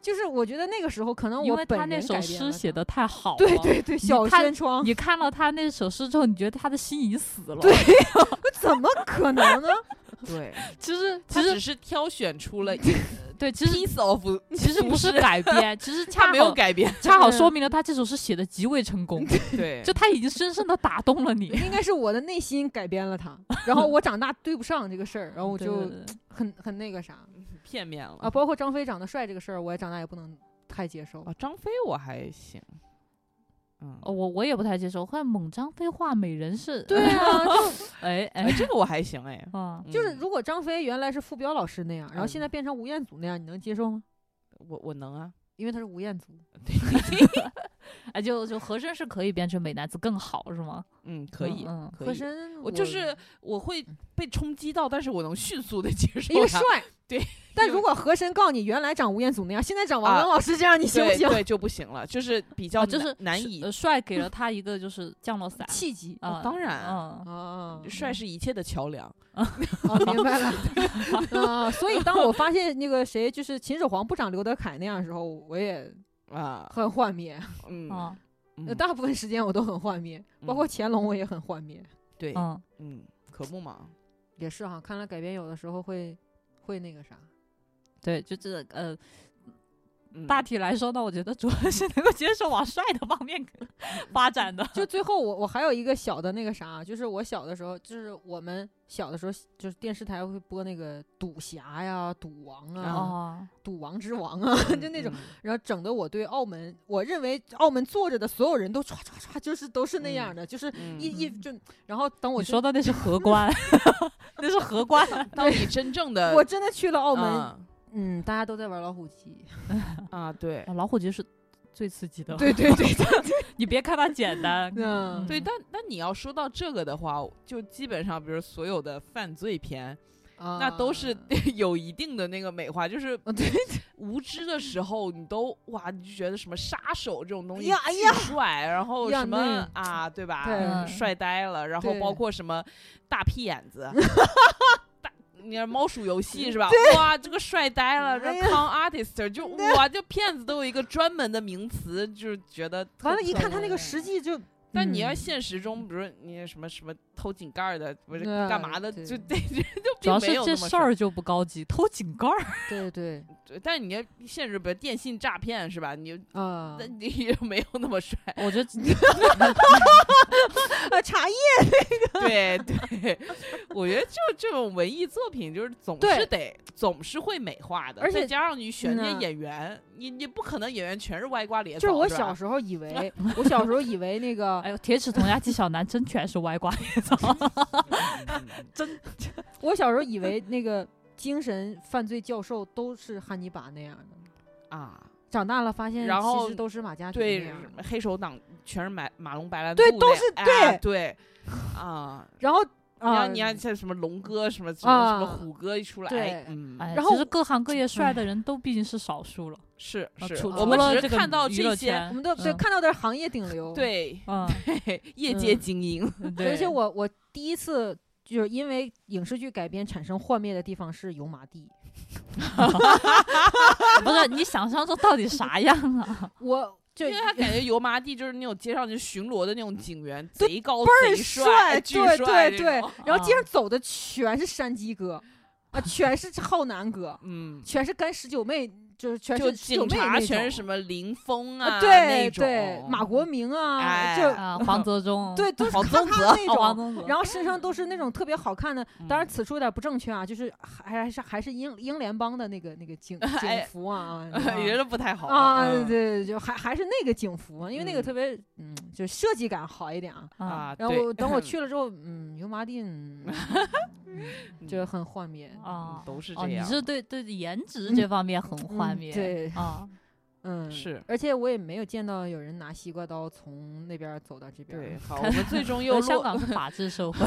就是我觉得那个时候可能因我为本他那人首改变诗了写他 <laughs> 的太好了，对对对，小看轩窗，你看到他那首诗之后，你觉得他的心已经死了。对，我怎么可能呢？ <laughs> 对， <laughs> 其实其他只实是挑选出了一对，其实 piece of， <laughs> 其实不是苏轼改编，其 <laughs> 实恰他没有好改 <laughs> 编，恰好说明了他这首诗写的极为成功，对，就他已经深深的打动了你。应该是我的内心改变 <laughs> 了他，然后我长大对不上这个事儿，然后我对就对对很很那个啥片面了啊，包括张飞长得帅这个事儿，我也长大也不能太 <laughs> 接受。啊，张飞我还行，嗯，哦我我也不太接受，看猛张飞画美人是，对啊，就 <laughs> 哎哎，哎这个我还行哎，啊，就是嗯如果张飞原来是傅彪老师那样，嗯然后现在变成吴彦祖那样，你能接受吗？我我能啊，因为他是吴彦祖，哎就就和珅是可以变成美男子更好是吗？嗯，可以，嗯嗯可以和珅我就是我会被冲击到，但是我能迅速的接受 <laughs> 一个它帅， <laughs> 对。但就如果和珅告你原来长吴彦祖那样，现在长王刚老师这样，你行不对行？哦对就不行了，就是比较啊就是难是难以呃帅给了他一个就是降落伞 <laughs> 气急啊，哦当然嗯，啊， <laughs> 帅是一切的桥梁。哦，明白了啊。所以当我发现那个谁就是秦始皇不长刘德凯那样的时候，我也啊，很幻灭。嗯，啊呃嗯大部分时间我都很幻灭， <laughs> 包括嗯乾隆我也很幻灭。对，嗯，嗯，可不嘛，也是哈，看来改编有的时候会会那个啥。 <laughs> 对，就这个呃，嗯大体来说呢，我觉得主要是能够接受往帅的方面 <laughs> 发展的。就最后我我还有一个小的那个啥，就是我小的时候，就是我们小的时候，就是电视台会播那个赌侠呀、赌王啊、哦，赌王之王啊，嗯 <laughs> 就那种，嗯然后整的我对澳门，我认为澳门坐着的所有人都唰唰唰，就是都是那样的，就是嗯一一就，然后等我你去说的那是荷官， <laughs> 那是荷 <laughs> 官。啊当你真正的我真的去了澳门，啊嗯，大家都在玩老 <laughs> 虎机，啊，对嗯啊老虎机是最刺激的，<laughs> 对 <laughs> 对对，你别看它简单，嗯，对，嗯但但你要说到这个的话，就基本上，比如所有的犯罪片，那都是 <laughs> 有一定的那个美化，就是 <laughs> 啊，对，无知的时候，你都哇，你就觉得什么杀手这种东西呀哎巨呀帅，然后呀什么啊，对吧？对嗯帅呆了，然后对包括什么大屁眼 <laughs> 子，大你看猫鼠游戏是吧？哇，这个帅呆了，这哎呀 con artist 就哇，这骗子都有一个专门的名词，就是觉得特完了，一可看他恶那个实 <laughs> 际就但你要嗯现实中，比如你什么什么偷井盖儿的，不是那干嘛的，对就 <laughs> 这就主要并是没有这那么事儿就不高级，偷井盖儿。<laughs> 对对帅。但你要现实，比如电信诈骗是吧？你啊那你也没有那么帅，我觉得啊，茶叶 <laughs> 对对，我觉得就这种文艺作品，就是总对是得总是会美化的，而再且加上你选那嗯些演员，你你不可能演员全是歪瓜裂枣，就是我是小吧时候以为， <laughs> 我小时候以为那个 <laughs> 哎，呦，铁齿铜牙纪晓岚真全是歪瓜裂枣。我小时候以为那个精神犯罪教授都是汉尼拔那样的，啊，长大了发现然其后实都是马加爵那对样的，，黑手党全是马马龙白兰对度都那是哎对啊，然后你啊，要你要像什么龙哥什么什么什么啊虎哥一出对来，嗯， <laughs> 哎，然其后实各行各业帅的人都毕竟是少数了，是啊是，除我除们了只这是个看到娱乐这些，圈我们都对嗯看到的是行业顶流，对嗯，业界嗯精英， <laughs> 对而且我我第一次。就是因为影视剧改编产生幻灭的地方是油麻地。不 <laughs> 是你想象中到底啥样 <laughs> 啊？我就因为他感觉油麻地就是那种街上就巡逻的那种警员，贼高倍贼儿帅， <laughs> 巨对帅对那对种，然后街上啊走的全是山鸡哥，啊，全是浩南哥，嗯，全是干十九妹，就是全就是十九警妹察那全是种什么林峰那啊，对种对，马国明啊，哎就啊，黄泽中，对，都是黄咔宗咔泽那哦，黄种。宗泽，然后身上都是那种特别好看的，当然嗯此处有点不正确啊，就是还还是还是英英联邦的那个那个警警 <laughs> 哎，服啊 <laughs> 啊觉得不太好啊，对嗯对，就还还是那个警服，啊因为那个嗯特别嗯，就设计感好一点啊。啊啊，然后对我等 <laughs> 我去了之后，嗯，油麻地嗯嗯就很幻灭。 <laughs> 啊，都是哦，这你样，是对对颜值这方面很幻嗯灭，对 <laughs> 啊，嗯，是而且我也没有见到有人拿西瓜刀从那边儿走到这边儿。对，好，我们最 <laughs> 终又可是香落，港是法治社 <laughs> 会，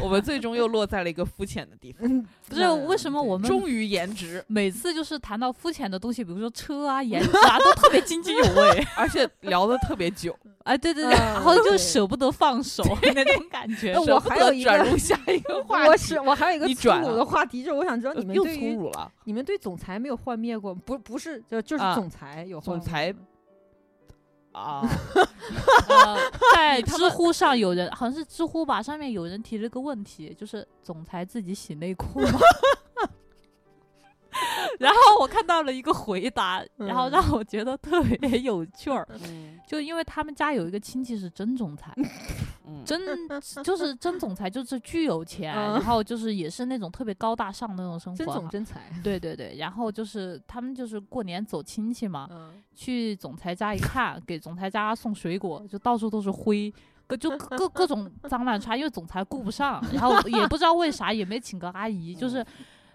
我们最终又落在了一个肤浅的地方， <laughs> 嗯，不是为什么我们忠于颜值，每次就是谈到肤浅的东西，比如说车啊、颜值啊，都特别津津有 <laughs> 味。而且聊得特别久，哎，对对嗯对，然后就对舍不得放手那种感觉那。 <laughs> 舍哎我不还得有一转个入下一个话我题是，我还有一个你粗转鲁了呃的话题，就是我想知道你们又对粗于鲁了。你们对总裁没有幻灭过吗，不不是就就是啊总裁有总幻灭 <laughs> 裁吗啊，呃在嗯你他知们乎上有人，好像是知乎吧，上面有人提了个问题，就是总裁自己洗内裤吗？ <laughs> 然后我看到了一个回答，然后嗯让我觉得特别有趣儿，嗯就因为他们家有一个亲戚是真总裁，嗯，真 <laughs> 就是真总裁，就是巨有钱，嗯然后就是也是那种特别高大上的那种生真活总哈。真才， <laughs> 对对对，然后就是他们就是过年走亲戚啊嘛，嗯，去总裁家一看，给总裁家送水果，就到处都是灰，各就各各各种脏乱差，因为总裁顾不上，然 <laughs> 后也不知道为啥也没请个阿姨，就是。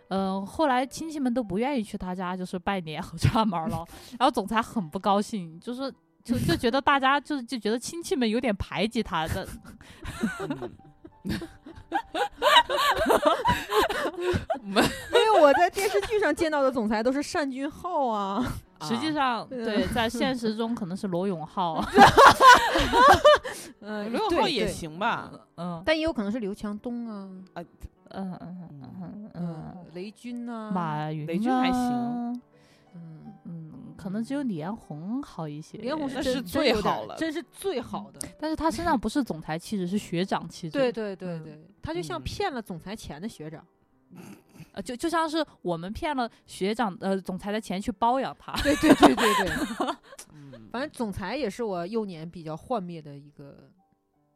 嗯、后来亲戚们都不愿意去他家，就是拜年和串门儿了。然后总裁很不高兴，就是就就觉得大家就就觉得亲戚们有点排挤他的，嗯因为我在电视剧上见到的总裁都是单俊 <laughs> 浩啊，实际啊上，对对，在现实中可能是罗永浩，嗯，刘对浩也对行吧，嗯但也有可能是刘强东啊， <laughs> 嗯嗯嗯嗯嗯嗯，，雷军呐，马云雷军还行啊，嗯，嗯，可能只有李彦宏好一些，连红那是是真最真有点好了嗯真是最好的。但是他身上不是总裁气质，是学长气质，对对对嗯对，他就像嗯骗了总裁钱的学 <laughs> 长，呃，就就像是我们骗了学长呃总裁的钱去包养 <laughs> 他，对对对对对，嗯反正总裁也是我幼年比较幻灭的一个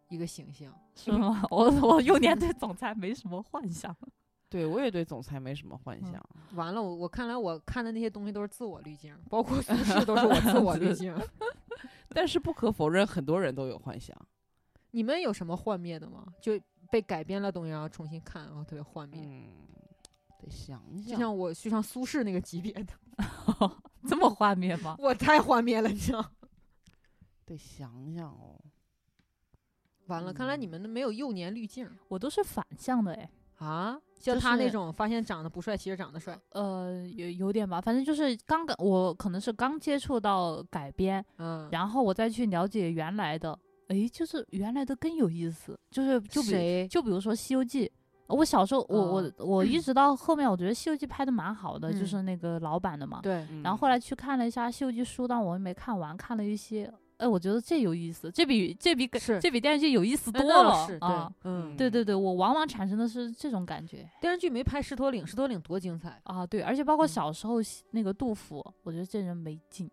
一个形象。是吗？我我幼年对总裁没什么幻想， <laughs> 对我也对总裁没什么幻嗯想，完了，我我看来我看的那些东西都是自我滤镜，包括苏轼都是我 <laughs> 自我滤镜。但是不可否认，很多人都有幻想。你们有什么幻灭的吗？就被改编了东西，然后重新看，然后特别幻灭。嗯，得想一就想。像我，就像苏轼那个级别的，这么幻灭吗？我太幻灭了，你知道？得想想哦，完了，看来你嗯们都没有幼年滤镜我都是反向的哎。啊！啊像就他那是种发现长得不帅，其实长得帅，呃，有有点吧，反正就是刚刚我可能是刚接触到改编，嗯，然后我再去了解原来的，诶，就是原来的更有意思，就是就比谁？就比如说《西游记》，我小时候我、哦我我一直到后面，我觉得《西游记》拍的蛮好的，就嗯是那个老版的嘛。对，嗯嗯然后后来去看了一下《西游记》书，但我也没看完，看了一些，哎，我觉得这有意思，这比这比是这比电视剧有意思哎多那了倒是对啊！，嗯，对对对，我往往产生的是这种感觉。电视剧没拍《狮驼岭》，《狮驼岭》多精彩，啊，对，而且包括嗯小时候喜那个杜甫，我觉得这人没劲，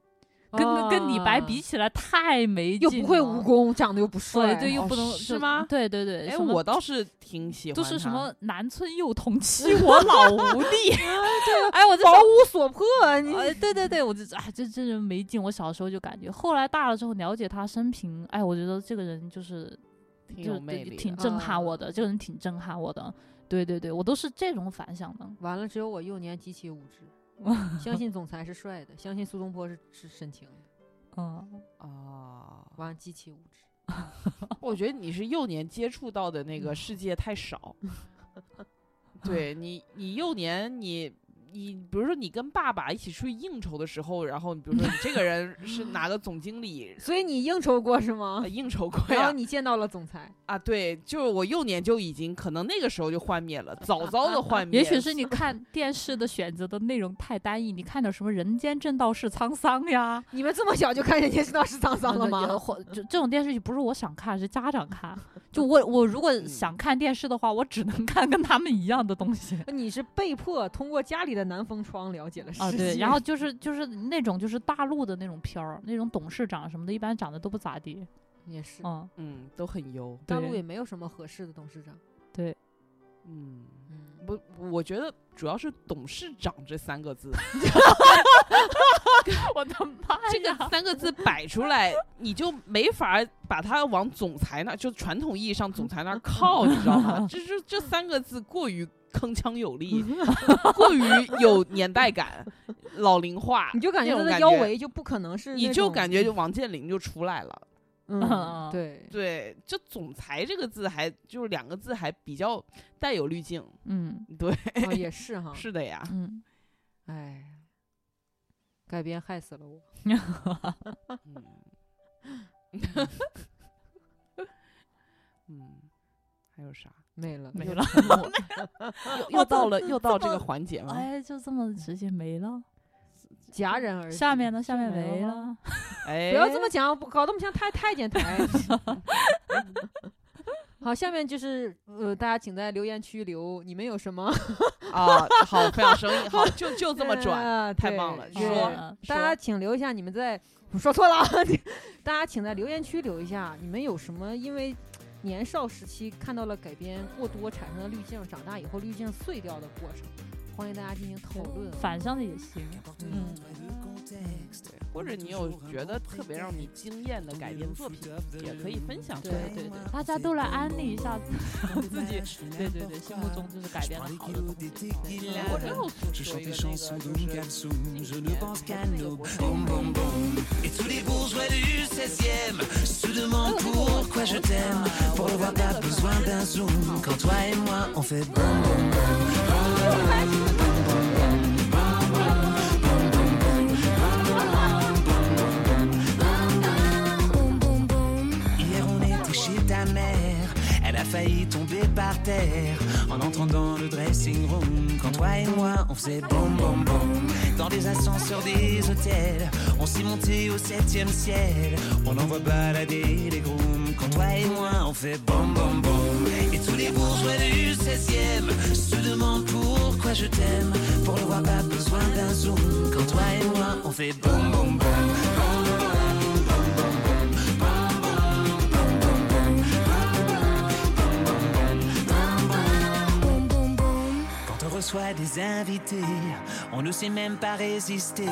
跟、跟李白啊比起来太没又劲了，不会武功，长得又不帅，对对，又哦不能、是就吗对对对，哎，什么我倒是挺喜欢都是什他么南村幼童欺我老无力， <laughs> 哎，我就保想。无所破啊，你哎，对对对，我就啊，这这人没劲。我小时候就感觉，后来大了之后了解他生平，哎，我觉得这个人就是挺就有是魅力的，挺震撼我啊的，这个人挺震撼我的。对对对，我都是这种反响的。完了，只有我幼年极其无知， <laughs> 相信总裁是帅的，相信苏东坡是是深情的， <laughs> 嗯，啊。完了极其无知。，我觉得你是幼年接触到 <laughs> 的那个世界太少，对你，你幼年你你比如说你跟爸爸一起出去应酬的时候，然后你比如说你这个人 <laughs> 是哪个总经理所以你应酬过是吗呃？应酬过然后呀？你见到了总 <laughs> 裁，啊，对，就是我幼年就已经可能那个时候就幻灭了，早早的幻灭。也许是你看电视的选择的内容太单一，你看点什么《人间正道是沧桑》呀，你们这么小就看见电视道是沧桑 <laughs> 了也吗？或就这种电视剧不是我想看，是家长 <laughs> 看。就我我如果嗯想看电视的话，我只能看跟他们一样的东 <laughs> 西你是被迫通过家里的南风窗了解了世界啊。对，然后就是就是那种就是大陆的那种片儿，那种董事长什么的，一般长得都不咋地。 <laughs> 也是嗯，嗯，都很优。大对陆也没有什么合适的董事长，嗯，嗯，不，我觉得主要是“董事长”这三个字，我 <laughs> 的妈哎这个三个字摆出来，你就没法把它往总裁那，就传统意义上总裁那儿靠，你知道吗？这这这三个字过于铿锵有 <laughs> 力，过于有年代感、老龄化，你就感那觉他种的感腰觉，围就不可能是那种，你就感觉就王健林就出来了。嗯 <laughs> 嗯对，对，就总裁这个字还就是两个字还比较带有滤镜。嗯对，啊也是哈，是 <laughs> 的呀。嗯，哎，改编害死了我。嗯， <laughs> 嗯，还有啥？没了，没又了沉 <laughs> 默又我到怎了又到这这个么环啊节吗？哎，就这么直接没了。戛然而止。下面呢？下面就没没了了。嗯哎，不要这么讲，不搞得我们像太太监台。 <laughs> 好，下面就是呃，大家请在留言区留你们有什么啊！好，非常生硬，好，就就 <laughs> 这么转。啊太对棒了对说嗯大家请留一下你们在，我说错了，大家请在留言区留一下你们有什么因为年少时期看到了改编过多产生的滤镜，长大以后滤镜碎掉的过程，欢迎大家进行讨论。反向的也行。嗯，或者你有觉得特别让你惊艳的改编作品，也可以分享出对来。对对，大家都来安利 <laughs> 一下自己，对对对，心目中就是改编的好的东西。对我最后说 Je 一 chante 个 les 那个 chansons 就是 d'Oum Kalsoum, je 今 ne 年 pense 改 qu'à 编的一 nos 个国产 boum 的 boum boum. Et tous les bourgeois du 16e se demandent pourquoi je t'aime. Pour le voir, t'as besoin d'un zoom. Quand toi et moi, on fait boum boum boum. 嗡嗡嗡。 Hier on était chez ta mère, elle a failli tomber par terre en entrant dans le dressing room. Quand toi et moi on faisait boum boum boum dans les ascenseurs des hôtels, on s'est monté au septième ciel. On envoie balader les grooms. Quand toi et moi on fait boum boum boum et tous les bourgeois du 16e se demandent pourquoi je t'aime. Pour le voir pas besoin d'un zoom. Quand toi et moi on fait boum boum boum. Quand on reçoit des invités, on ne sait même pas résister.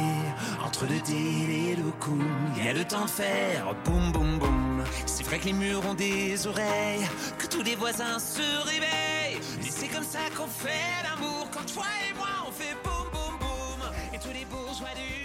Entre le deal et le coup, il y a le temps de faire boum boum boum. C'est vrai que les murs ont des oreilles, que tous les voisins se réveillent. Mais c'est comme ça qu'on fait l'amour quand toi et moi on fait boum boum boum. Et tous les bourgeois du